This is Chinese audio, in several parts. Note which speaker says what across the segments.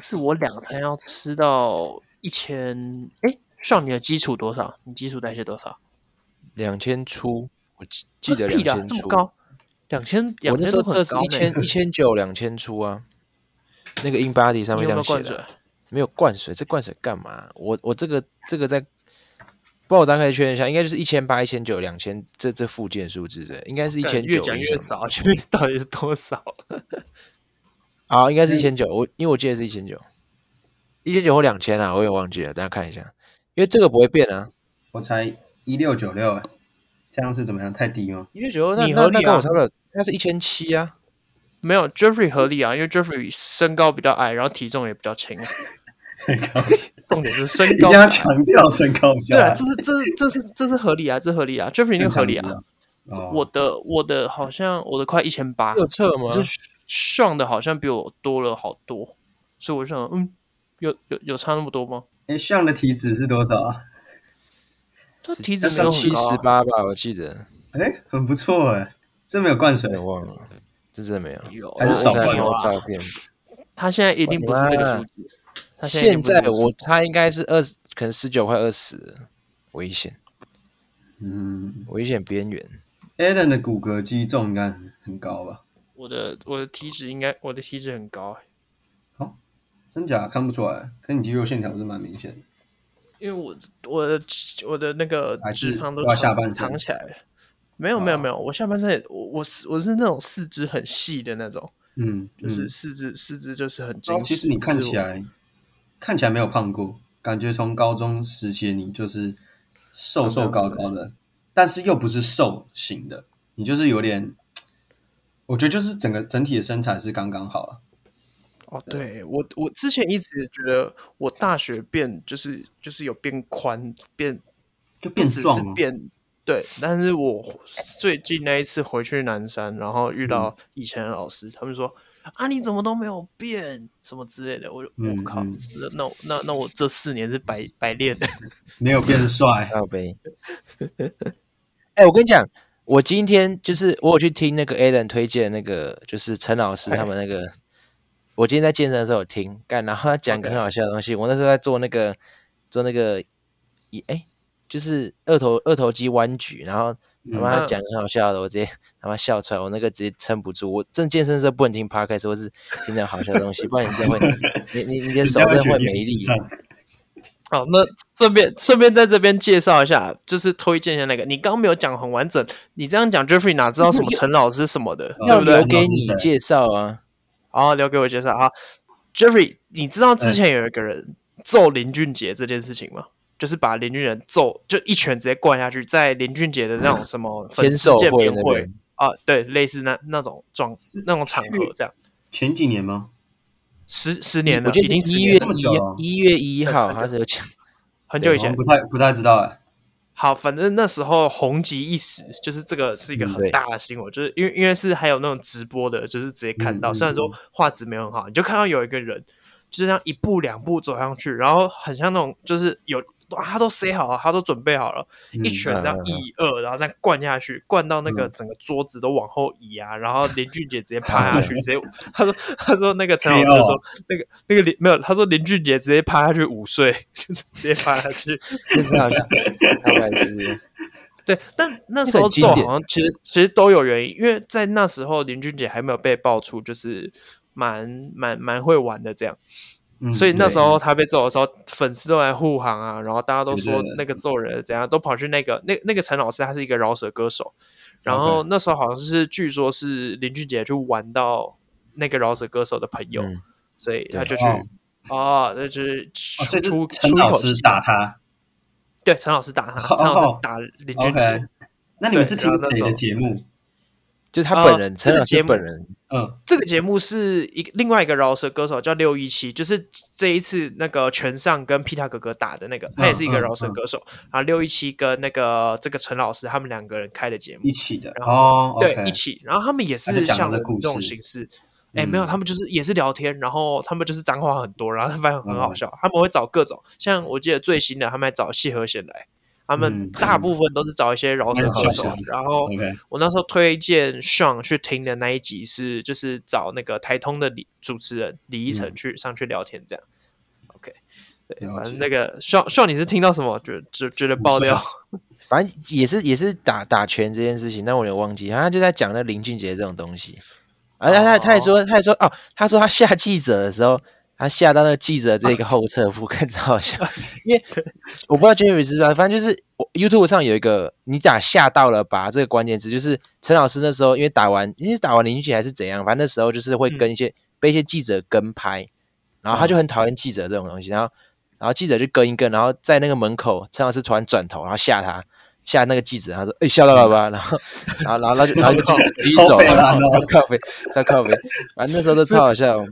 Speaker 1: 是我两餐要吃到一千，哎，上你的基础多少？你基础代谢多少？
Speaker 2: 两千出，我记记得两
Speaker 1: 屁的啊
Speaker 2: 千
Speaker 1: 这么
Speaker 2: 出。
Speaker 1: 高，两千
Speaker 2: 我
Speaker 1: 两
Speaker 2: 那
Speaker 1: 千
Speaker 2: 时候
Speaker 1: 都很
Speaker 2: 测是
Speaker 1: 高
Speaker 2: 一
Speaker 1: 呢。
Speaker 2: 千一千九两千出啊，那个 In Body 上
Speaker 1: 你有没有
Speaker 2: 面这样写
Speaker 1: 灌
Speaker 2: 的
Speaker 1: 水
Speaker 2: 啊。？没有灌水，这灌水干嘛？我我这个这个在，帮我大概确认一下，应该就是一千八、一千九、两千这这附近的数字的，应该是一
Speaker 1: 干
Speaker 2: 千
Speaker 1: 越
Speaker 2: 九
Speaker 1: 讲越少，前面到底是多少？
Speaker 2: 啊，应该是一千九，我因为我记得是一千九，一千九或两千啊，我也忘记了，大家看一下，因为这个不会变啊，
Speaker 3: 我才一六九六，哎，这样是怎么样？太低吗？
Speaker 2: 一千九那
Speaker 1: 你
Speaker 2: 那
Speaker 1: 合
Speaker 2: 那
Speaker 1: 理
Speaker 2: 跟我
Speaker 1: 啊
Speaker 2: 差不多，那是一千七啊，
Speaker 1: 没有，Jeffrey 合理啊，因为 Jeffrey 身高比较矮，然后体重也比较轻 啊。重点是身
Speaker 3: 一定
Speaker 1: 高比
Speaker 3: 要
Speaker 1: 较矮。
Speaker 3: 强调身高比较
Speaker 1: 对啊，
Speaker 3: 矮，
Speaker 1: 这是这是这是这是合理啊，这合理啊，Jeffrey 那个合理啊。
Speaker 3: 哦，
Speaker 1: 我的我的好像我的快一千八
Speaker 2: 你，有测吗？
Speaker 1: 只啊是上的好像比我多了好多，所以我就想，嗯，有有有差那么多吗？
Speaker 3: 哎，上的体脂是多少啊？
Speaker 1: 他体脂没
Speaker 2: 是
Speaker 1: 有
Speaker 2: 七
Speaker 1: 很高
Speaker 2: 十
Speaker 1: 啊、
Speaker 2: 八吧，我记得，
Speaker 3: 哎，很不错哎，这没有灌水
Speaker 2: 有，点忘了，这真的没有，
Speaker 1: 有
Speaker 3: 还是少
Speaker 2: 我看
Speaker 3: 灌
Speaker 2: 有
Speaker 1: 有
Speaker 2: 没有
Speaker 1: 啊。
Speaker 2: 照片。
Speaker 1: 他现在一定不是这个数字，他在一
Speaker 2: 现
Speaker 1: 定不是这
Speaker 2: 在
Speaker 1: 个数字
Speaker 2: 我他应该是二十，可能十九快二十，危险，
Speaker 3: 嗯
Speaker 2: 危险边缘。
Speaker 3: ，Adam 的骨骼肌重应该很很高吧？
Speaker 1: 我的我的体脂应该我的体脂很高、啊
Speaker 3: 真假看不出来，可你肌肉线条是蛮明显的。
Speaker 1: 因为我我的我的那个
Speaker 3: 还是
Speaker 1: 脂肪都
Speaker 3: 挂
Speaker 1: 藏
Speaker 3: 下半身
Speaker 1: 藏起来了。没有没有
Speaker 3: 哦
Speaker 1: 没有，我下半身也我我是我是那种四肢很细的那种，
Speaker 3: 嗯，
Speaker 1: 就是
Speaker 3: 嗯
Speaker 1: 四肢、四肢就是很
Speaker 3: 然
Speaker 1: 精
Speaker 3: 后
Speaker 1: 实。
Speaker 3: 其实你看
Speaker 1: 就是我
Speaker 3: 起来看起来没有胖过，感觉从高中时期你就是瘦瘦高高的，但是又不是瘦型的，你就是有点，我觉得就是整个整体的身材是刚刚好了。
Speaker 1: 哦，对我我之前一直觉得我大学变就是就是有变宽变
Speaker 3: 就
Speaker 1: 不
Speaker 3: 变
Speaker 1: 只
Speaker 3: 壮
Speaker 1: 是
Speaker 3: 了
Speaker 1: 变对，但是我最近那一次回去南山，然后
Speaker 3: 嗯
Speaker 1: 遇到以前的老师，他们说啊你怎么都没有变什么之类的，我就我、
Speaker 3: 嗯
Speaker 1: 靠
Speaker 3: 嗯，
Speaker 1: 那那我那那我这四年是白白练的。
Speaker 3: 没有变 帅，
Speaker 2: 靠背。哎、我跟你讲，我今天就是我有去听那个 Alan 推荐的那个，就是陈老师他们那个。我今天在健身的时候有听，干，然后他讲一个
Speaker 1: OK
Speaker 2: 很好笑的东西。我那时候在做那个做那个，一哎、就是二头二头肌弯举，然后他妈他
Speaker 1: 嗯
Speaker 2: 讲得很好笑的，我直接他妈笑出来，我那个直接撑不住。我正健身的时候不能听 podcast，或是听那种好笑的东西，不然你真的会，你你你的手
Speaker 3: 人
Speaker 2: 真的
Speaker 3: 家觉
Speaker 2: 会
Speaker 3: 得你
Speaker 2: 没
Speaker 3: 很智
Speaker 2: 力。
Speaker 3: 障
Speaker 1: 好，那顺便顺便在这边介绍一下，就是推荐一下那个，你刚刚没有讲很完整，你这样讲，Jeffrey 哪知道什么陈老师什么 的，
Speaker 3: 嗯
Speaker 1: 对
Speaker 2: 要
Speaker 1: 不对
Speaker 2: 留？给你介绍啊，
Speaker 1: 好，留给我介绍啊，Jeffrey，你知道
Speaker 2: 哎
Speaker 1: 之前有一个人揍林俊杰这件事情吗？就是把林俊杰揍，就一拳直接灌下去，在林俊杰的那种什么粉
Speaker 2: 天
Speaker 1: 丝
Speaker 2: 授
Speaker 1: 见
Speaker 2: 会
Speaker 1: 面
Speaker 2: 那
Speaker 1: 会
Speaker 2: 边。
Speaker 1: 啊，对，类似那那种状那种场合这样，
Speaker 3: 前几年吗？
Speaker 1: 十十年
Speaker 2: 我
Speaker 1: 了，
Speaker 2: 记
Speaker 1: 已
Speaker 2: 得
Speaker 1: 经十
Speaker 2: 一
Speaker 1: 年
Speaker 2: 月
Speaker 1: 了
Speaker 3: 这么久啊了
Speaker 2: 一一月一号，
Speaker 1: 对
Speaker 2: 他是有 讲，
Speaker 1: 很久以
Speaker 3: 好
Speaker 1: 前
Speaker 3: 像，不太不太知道哎。
Speaker 1: 好，反正那时候红极一时，就是这个是一个
Speaker 2: 嗯
Speaker 1: 很
Speaker 2: 对
Speaker 1: 大的新闻，就是因为因为是还有那种直播的，就是直接看到，
Speaker 3: 嗯嗯
Speaker 1: 虽然说
Speaker 3: 嗯
Speaker 1: 画质没有很好，你就看到有一个人就是这样一步两步走上去，然后很像那种就是有哇，他都塞好了，他都准备好了，
Speaker 3: 嗯
Speaker 1: 一拳这样
Speaker 2: 嗯嗯嗯嗯
Speaker 1: 一二，然后再灌下去，灌到那个整个桌子都往后移啊，然后林俊杰直接趴下去，直 接他说他说那个陈老师就说那个那个林没有，他说林俊杰直接趴下去午睡， 就是直接趴下去。
Speaker 2: 这次好像他白痴，
Speaker 1: 对，但那
Speaker 2: 那
Speaker 1: 时
Speaker 2: 个
Speaker 1: 候
Speaker 2: 很经
Speaker 1: 揍
Speaker 2: 典
Speaker 1: 好像其实其实都有原因，因为在那时候林俊杰还没有被爆出就是蛮蛮蛮会玩的这样，
Speaker 3: 嗯
Speaker 1: 所以那时
Speaker 2: 对
Speaker 1: 候他被揍的时候，粉丝都来护航啊，然后大家都
Speaker 3: 对
Speaker 1: 说
Speaker 3: 对对
Speaker 1: 那个揍人怎样，都跑去那个那那个陈老师他是一个饶舌歌手，然后
Speaker 3: OK
Speaker 1: 那时候好像是据说是林俊杰去玩到那个饶舌歌手的朋友，
Speaker 2: 嗯
Speaker 1: 所以他
Speaker 2: 对
Speaker 1: 就去
Speaker 3: 哦
Speaker 1: 哦，那就是出
Speaker 3: 哦所以是
Speaker 1: 出
Speaker 3: 陈
Speaker 1: 出一
Speaker 3: 老
Speaker 1: 口
Speaker 3: 师
Speaker 1: 气
Speaker 3: 打他。
Speaker 1: 对陈老师 打他，陈老
Speaker 3: 哦
Speaker 1: 师打林俊
Speaker 3: OK，
Speaker 1: 杰。
Speaker 3: 那你
Speaker 1: 对
Speaker 3: 们是
Speaker 1: 然
Speaker 3: 听
Speaker 1: 后那
Speaker 3: 谁
Speaker 1: 时候
Speaker 3: 的节目？
Speaker 2: 就是他
Speaker 1: 呃
Speaker 2: 本人，
Speaker 1: 这
Speaker 2: 陈
Speaker 1: 个
Speaker 2: 老
Speaker 1: 节
Speaker 2: 师
Speaker 1: 目
Speaker 2: 本人，
Speaker 3: 嗯，
Speaker 1: 这个节目是一个另外一个饶舌歌手叫六一七，就是这一次那个全上跟皮塔哥哥打的那个，他也是一个
Speaker 3: 嗯
Speaker 1: 饶舌
Speaker 3: 嗯
Speaker 1: 歌手。然后六一七跟那个这个陈老师他们两个人开的节目
Speaker 3: 一，起的
Speaker 1: 然后
Speaker 3: 哦。
Speaker 1: 对
Speaker 3: OK
Speaker 1: 一。起。然后他们也
Speaker 3: 他
Speaker 1: 是
Speaker 3: 就讲
Speaker 1: 像我
Speaker 3: 他的
Speaker 1: 们
Speaker 3: 故
Speaker 1: 这种
Speaker 3: 事
Speaker 1: 形式，哎、没有，
Speaker 3: 嗯
Speaker 1: 他们就是也是聊天，然后他们就是脏话很多，然后他们很
Speaker 3: 嗯
Speaker 1: 好笑。他们会找各种，像我记得最新的，他们还找谢和弦来。他们
Speaker 3: 嗯
Speaker 1: 大部分都是找一些饶舌歌手
Speaker 3: 嗯，
Speaker 1: 然后
Speaker 3: OK，
Speaker 1: 我那时候推荐 Sean 去听的那一集是，就是找那个台通的李主持人李依晨去、上去聊天这样。OK，对，
Speaker 3: 嗯了
Speaker 1: 反正
Speaker 3: 解
Speaker 1: 那个 Sean Sean 你是听到什么？觉觉觉得爆料？
Speaker 2: 反正也是也是打打拳这件事情，但我有点忘记，他就在讲那林俊杰这种东西。而且他
Speaker 1: 哦
Speaker 2: 他也说，他也说哦，他说他吓记者的时候，他吓到那个记者这个后侧部， 更超好笑。因为我不知道 Jerry 知不知道，反正就是我 YouTube 上有一个你打吓到了吧这个关键词，就是陈老师那时候因为打完，因为打完林俊杰还是怎样，反正那时候就是会跟一些、被一些记者跟拍，然
Speaker 3: 嗯
Speaker 2: 后他就很讨厌记者这种东西，然后然后记者就跟一跟，然后在那个门口，陈老师突然转头，然后吓他。吓那个记者，他说：“哎、吓到了吧？” 然后，然后，然后，然后就，然后就自己走
Speaker 3: 好北蓝哦
Speaker 2: 了，靠背，在靠背，反正那时候都超好 笑。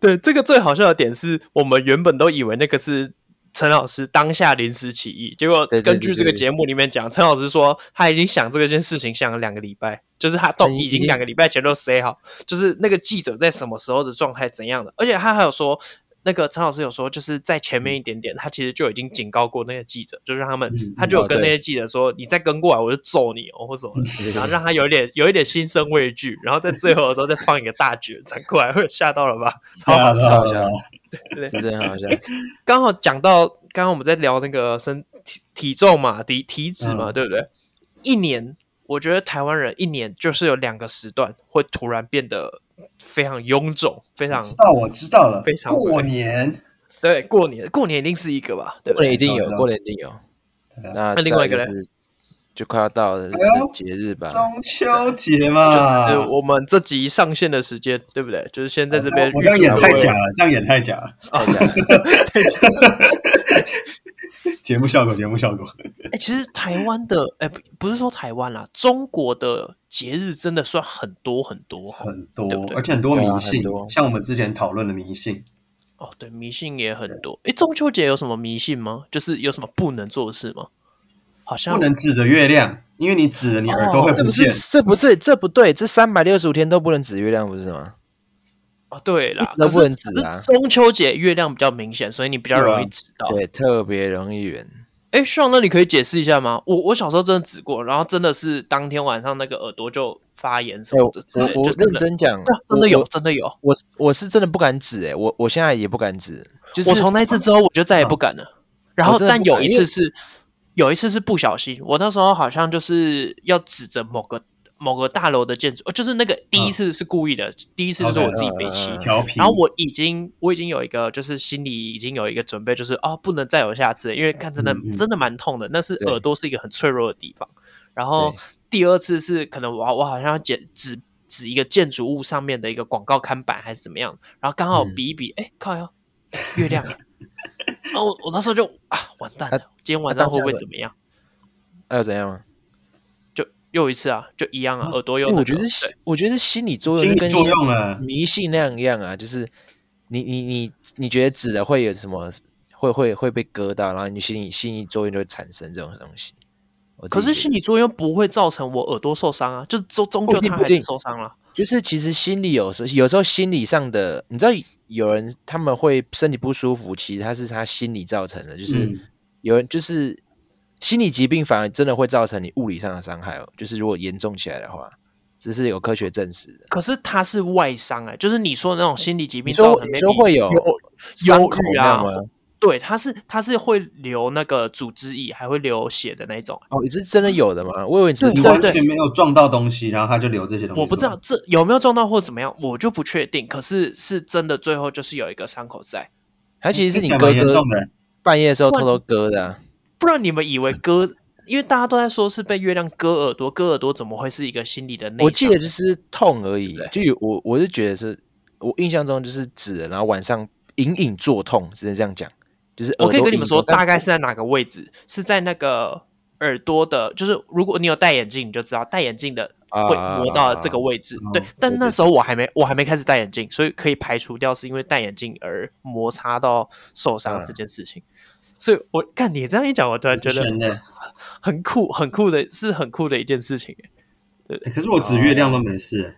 Speaker 1: 对，这个最好笑的点是我们原本都以为那个是陈老师当下临时起意，结果
Speaker 2: 对对
Speaker 1: 根据
Speaker 2: 对对
Speaker 1: 这个
Speaker 2: 对
Speaker 1: 节目里面讲，陈老师说他已经想这个件事情想了两个礼拜，就是他都
Speaker 2: 嗯已
Speaker 1: 已
Speaker 2: 已
Speaker 1: 经
Speaker 2: 经
Speaker 1: 两个礼拜前都 say 好，就是那个记者在什么时候的状态怎样的，而且他还有说。那个陈老师有说，就是在前
Speaker 2: 嗯
Speaker 1: 面一点点，他其实就已经警告过那个记者，就让他们
Speaker 3: 嗯，
Speaker 1: 他就有
Speaker 2: 哦
Speaker 1: 跟那
Speaker 2: 对
Speaker 1: 些记者说：“你再跟过来，我就揍你哦，或什么的。”
Speaker 3: 啊
Speaker 1: 然后让他有一点有一点心生畏惧，然后在最后的时候再放一个大绝，转过来会吓到了 吧？超好
Speaker 3: 对啊
Speaker 1: 笑。
Speaker 2: 好笑
Speaker 3: 对啊哎
Speaker 1: 对
Speaker 2: 真的很好笑。
Speaker 1: 刚好讲到刚刚我们在聊那个身体体重嘛，体体脂嘛，
Speaker 3: 嗯
Speaker 1: 对不对？一年，我觉得台湾人一年就是有两个时段会突然变得非常臃肿，非常
Speaker 3: 知道我知道了
Speaker 1: 非，常
Speaker 3: 过年
Speaker 1: 对过年过年一定是一个吧，对不
Speaker 2: 过
Speaker 1: 对？
Speaker 2: 年一定有
Speaker 3: 知道知，道
Speaker 2: 过年一定有。
Speaker 3: 对啊
Speaker 2: 那
Speaker 1: 那另外一个
Speaker 2: 再
Speaker 1: 嘞
Speaker 2: 来就是就快要到了
Speaker 3: 哎呦
Speaker 2: 节日吧？
Speaker 3: 中秋节嘛
Speaker 1: 就是，我们这集上线的时间，对不对？就是先在这边
Speaker 3: 我这样
Speaker 1: 预
Speaker 3: 演
Speaker 1: 祝各
Speaker 3: 太
Speaker 1: 位
Speaker 3: 假了，这样演太假了，
Speaker 2: 大家
Speaker 3: 节目效果，节目效果，
Speaker 1: 哎、其实台湾的，哎、不不是说台湾啦，中国的节日真的算很多很多哦。
Speaker 3: 很多
Speaker 1: 对不，对
Speaker 3: 而且很多
Speaker 2: 对啊
Speaker 3: 迷信
Speaker 2: 很多，
Speaker 3: 像我们之前讨论的迷信，
Speaker 1: 哦，对，迷信也很多。哎、中秋节有什么迷信吗？就是有什么不能做的事吗？好像
Speaker 3: 不能指着月亮，因为你指了你耳
Speaker 1: 哦
Speaker 3: 朵会
Speaker 2: 这
Speaker 3: 不
Speaker 2: 不
Speaker 3: 见
Speaker 2: 是。这不对，这不对，这三百六十五天都不能指月亮，不是吗？
Speaker 1: 哦，对啦，
Speaker 2: 一直都
Speaker 1: 可是
Speaker 2: 不能指啊
Speaker 1: 可是中秋节月亮比较明显，所以你比较容易
Speaker 3: 对啊
Speaker 1: 指到。
Speaker 2: 对，特别容易圆。
Speaker 1: 哎，希望那你可以解释一下吗？我我小时候真的指过，然后真的是当天晚上那个耳朵就发炎什
Speaker 2: 哎，
Speaker 1: 么
Speaker 2: 我
Speaker 1: 的之类的，
Speaker 2: 我我
Speaker 1: 就
Speaker 2: 认
Speaker 1: 的
Speaker 2: 真讲
Speaker 1: 对啊，真
Speaker 2: 我
Speaker 1: 的有，。真的有。
Speaker 2: 我我是我是真的不敢指，哎，我我现在也不敢指，就是嗯哦
Speaker 1: 我从那次之后，我就再也不敢了。然后，
Speaker 2: 真的
Speaker 1: 但
Speaker 2: 不
Speaker 1: 有
Speaker 2: 敢
Speaker 1: 一
Speaker 2: 因为
Speaker 1: 次是，有一次是不小心，我那时候好像就是要指着某个某个大楼的建筑，哦就是那个第一
Speaker 3: 嗯
Speaker 1: 次是故意的，第一次就是
Speaker 3: OK，
Speaker 1: 我自己被欺。
Speaker 2: 嗯嗯嗯
Speaker 3: 调皮，
Speaker 1: 然后我已经我已经有一个就是心里已经有一个准备，就是哦不能再有下次了，因为看真的
Speaker 3: 嗯嗯
Speaker 1: 真的蛮痛的，那是
Speaker 2: 对
Speaker 1: 耳朵是一个很脆弱的地方。然后
Speaker 2: 对
Speaker 1: 第二次是可能我我好像要剪指指一个建筑物上面的一个广告看板还是怎么样，然后刚好
Speaker 3: 嗯
Speaker 1: 比一比，哎、靠呀，月亮耶。然后我我那时候就啊完蛋了
Speaker 2: 啊，
Speaker 1: 今天晚
Speaker 2: 啊当
Speaker 1: 上会不会
Speaker 2: 下的
Speaker 1: 怎么样？
Speaker 2: 还有怎样吗？
Speaker 1: 就又一次啊，就一样啊，耳朵又
Speaker 2: 因
Speaker 1: 那
Speaker 2: 为
Speaker 1: 个、
Speaker 2: 哦我觉得是心
Speaker 1: 对
Speaker 2: 我觉得是心理作用，
Speaker 3: 心
Speaker 2: 就
Speaker 3: 理
Speaker 2: 跟
Speaker 3: 作用啊，
Speaker 2: 迷信那样一样啊，就是你你你你觉得指的会有什么，会会会被割到，然后你心理心理作用就会产生这种东西。我自
Speaker 1: 可
Speaker 2: 己
Speaker 1: 是
Speaker 2: 觉
Speaker 1: 心
Speaker 2: 得
Speaker 1: 理作用不会造成我耳朵受伤啊，就终终
Speaker 2: 不
Speaker 1: 究
Speaker 2: 一定
Speaker 1: 它
Speaker 2: 不
Speaker 1: 还
Speaker 2: 一
Speaker 1: 是
Speaker 2: 定
Speaker 1: 受伤了。
Speaker 2: 就是其实心理有时候有时候心理上的，你知道有人他们会身体不舒服，其实他是他心理造成的，就是
Speaker 3: 嗯
Speaker 2: 有人就是心理疾病反而真的会造成你物理上的伤害哦，就是如果严重起来的话，这是有科学证实的。
Speaker 1: 可是它是外伤哎、就是你说的那种心理疾病
Speaker 2: 你说
Speaker 1: 造成
Speaker 2: 你说会有
Speaker 1: 有
Speaker 2: 伤口
Speaker 1: 郁
Speaker 2: 那
Speaker 1: 啊
Speaker 2: 样吗？
Speaker 1: 对，它是它是会流那个组织液，还会流血的那一种。
Speaker 2: 哦，你是真的有的吗？我以为你只是
Speaker 1: 对
Speaker 3: 你
Speaker 2: 突然
Speaker 3: 完全没有撞到东西，然后他就留这些东西。
Speaker 1: 我不知道这有没有撞到或怎么样，我就不确定。可是是真的，最后就是有一个伤口在。
Speaker 2: 他其实是
Speaker 3: 听
Speaker 2: 你
Speaker 3: 起来
Speaker 2: 哥
Speaker 3: 哎蛮严
Speaker 2: 哥
Speaker 3: 重的，
Speaker 2: 半夜的时候偷偷割的、啊，
Speaker 1: 不然你们以为割，因为大家都在说是被月亮割耳朵，割耳朵怎么会是一个心理的内伤？
Speaker 2: 我记得就是痛而已
Speaker 1: 对不对，
Speaker 2: 就有我我是觉得是，我印象中就是指了，然后晚上隐隐作痛，只能这样讲，就是
Speaker 1: 我可以
Speaker 2: 耳朵
Speaker 1: 跟你们说，
Speaker 2: 隐隐作痛
Speaker 1: 大概是在哪个位置？是在那个耳朵的，就是如果你有戴眼镜，你就知道戴眼镜的
Speaker 2: 啊
Speaker 1: 会磨到这个位置。
Speaker 3: 啊
Speaker 1: 对
Speaker 3: 嗯，
Speaker 1: 但
Speaker 2: 对
Speaker 1: 那
Speaker 2: 对
Speaker 1: 时候我还没，我还没开始戴眼镜，所以可以排除掉是因为戴眼镜而摩擦到受伤
Speaker 2: 嗯
Speaker 1: 这件事情。所以我看你这样一讲，我突然觉得
Speaker 3: 悬的。
Speaker 1: 很酷，很酷的，是很酷的一件事情。
Speaker 3: 欸可是我指月亮都没
Speaker 1: 哦
Speaker 3: 事、欸。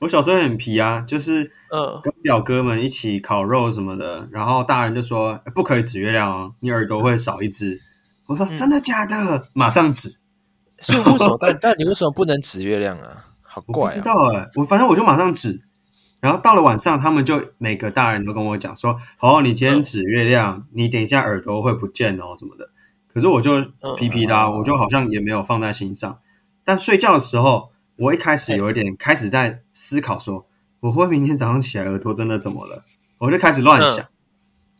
Speaker 3: 我小时候很皮啊，就是
Speaker 1: 嗯，
Speaker 3: 跟表哥们一哎起烤肉什么的，然后大人就说、欸不可以指月亮哦，你耳朵会少一只。我说真的假的？马上指，
Speaker 2: 所以为什么？但但你为什么不能指月亮啊？好
Speaker 3: 我不
Speaker 2: 怪
Speaker 3: 知
Speaker 2: 啊！
Speaker 3: 道哎、我反正我就马上指。然后到了晚上，他们就每个大人都跟我讲说：“哦，你今天指月
Speaker 2: 嗯
Speaker 3: 亮，你等一下耳朵会不见哦什么的。”可是我就皮皮的啊、
Speaker 2: 嗯
Speaker 3: 我就好像也没有放在心上。但睡觉的时候，我一开
Speaker 2: 哎
Speaker 3: 始有一点开始在思考说，我会不会明天早上起来耳朵真的怎么了？我就开始乱
Speaker 2: 嗯
Speaker 3: 想。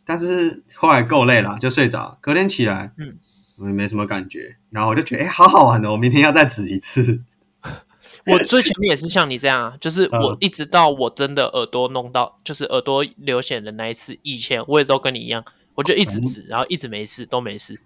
Speaker 3: 但是后来够累了，就睡着了。隔天起来，
Speaker 1: 嗯
Speaker 3: 嗯，我也没什么感觉。然后我就觉得，哎，好好玩哦！我明天要再指一次。
Speaker 1: 我最前面也是像你这样啊，就是我
Speaker 3: 嗯
Speaker 1: 一直到我真的耳朵弄到，就是耳朵流血的那一次，以前我也都跟你一样，我就一直指，然后一直没事，都没事。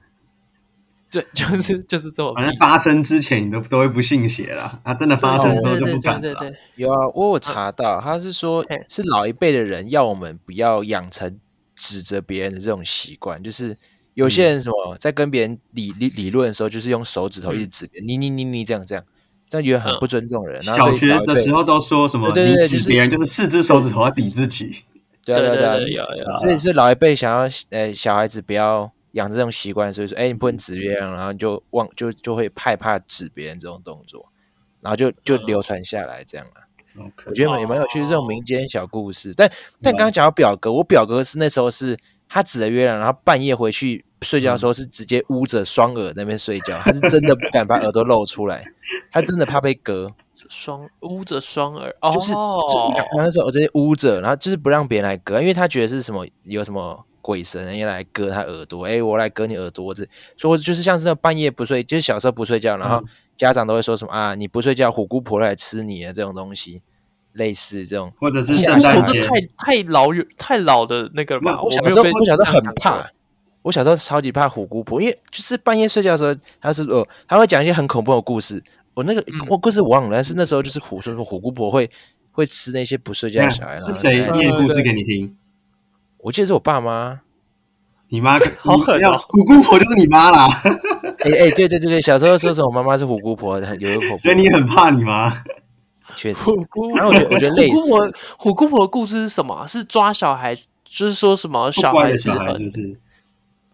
Speaker 1: 对，就是就是这么屁。
Speaker 3: 反正发生之前你都都会不信邪啦，啊，真的发生
Speaker 2: 正
Speaker 3: 之后
Speaker 1: 对
Speaker 3: 就
Speaker 1: 对
Speaker 3: 不
Speaker 1: 对
Speaker 3: 敢
Speaker 1: 对
Speaker 3: 了
Speaker 1: 对
Speaker 3: 啦。
Speaker 1: 对，
Speaker 2: 有啊，我有查到，他是说
Speaker 1: 嘿
Speaker 2: 是老一辈的人要我们不要养成指责别人的这种习惯，就是有
Speaker 1: 嗯
Speaker 2: 些人什么在跟别人理理理论的时候，就是用手指头一直指别人，你你你你这样这样，这样觉得很
Speaker 1: 嗯
Speaker 2: 不尊重人。然后所
Speaker 3: 小
Speaker 2: 以
Speaker 3: 学
Speaker 2: 老一
Speaker 3: 的
Speaker 2: 辈
Speaker 3: 时，候都说什么，
Speaker 2: 对对对
Speaker 3: 你指别人就是四只手指头要抵自己，
Speaker 2: 对啊
Speaker 1: 对
Speaker 2: 对啊
Speaker 1: 对
Speaker 2: 对啊，
Speaker 1: 有有
Speaker 2: 所以是老一辈想要呃小孩子不要养这种习惯，所以说哎你不能指月亮，然后你就忘就就会害怕指别人这种动作，然后就就
Speaker 1: 嗯
Speaker 2: 流传下来这样了。
Speaker 3: OK
Speaker 2: 我觉得蛮也蛮有趣的这
Speaker 1: 哦
Speaker 2: 种民间小故事。但但刚刚讲到表哥，我表哥是那时候是他指着月亮，然后半夜回去睡觉的时
Speaker 1: 嗯
Speaker 2: 候是直接捂着双耳在那边睡觉，他是真的不敢把耳朵露出来，他真的怕被割，
Speaker 1: 双捂着双耳，哦，
Speaker 2: 就是就是他那时候我直接捂着，然后就是不让别人来割，啊因为他觉得是什么有什么。鬼神要来割他耳朵，哎、我来割你耳朵，这所以我就是像是那种半夜不睡，就是小时候不睡觉，然
Speaker 1: 嗯
Speaker 2: 后家长都会说什么啊，你不睡觉，虎姑婆来吃你啊，这种东西，类似这种
Speaker 3: 或者是
Speaker 1: 我
Speaker 3: 圣
Speaker 1: 我
Speaker 3: 诞
Speaker 1: 这
Speaker 3: 节
Speaker 1: 太太老远太老的那个了吧？
Speaker 3: 我
Speaker 2: 我小
Speaker 1: 没有
Speaker 2: 时候，
Speaker 1: 被
Speaker 2: 我小时候很
Speaker 1: 这样讲过
Speaker 2: 怕，我小时候超级怕虎姑婆，因为就是半夜睡觉的时候，他是哦，他会讲一些很恐怖的故事。我那个
Speaker 1: 嗯
Speaker 2: 我故事我忘了，但是那时候就是虎说虎姑婆会会吃那些不睡
Speaker 1: 哎
Speaker 2: 觉的小孩。
Speaker 3: 是
Speaker 2: 然后
Speaker 3: 谁
Speaker 2: 在
Speaker 3: 念故事给你听？
Speaker 2: 我记得是我爸妈。
Speaker 3: 你妈，
Speaker 1: 好狠哦
Speaker 3: 你要姑姑婆就是你妈啦，
Speaker 2: 哎哎，对对对对，小时候说什么我妈妈是虎姑婆，有一个婆婆
Speaker 3: 所以你很怕你妈。
Speaker 2: 确实。
Speaker 1: 虎姑，
Speaker 2: 然后我觉得我觉得类似
Speaker 1: 虎姑婆，虎姑婆的故事是什么啊？是抓小孩，就是说什么
Speaker 3: 不
Speaker 1: 小
Speaker 3: 乖
Speaker 1: 孩
Speaker 3: 的
Speaker 1: 子呃
Speaker 3: 小孩
Speaker 1: 很
Speaker 3: 是不是？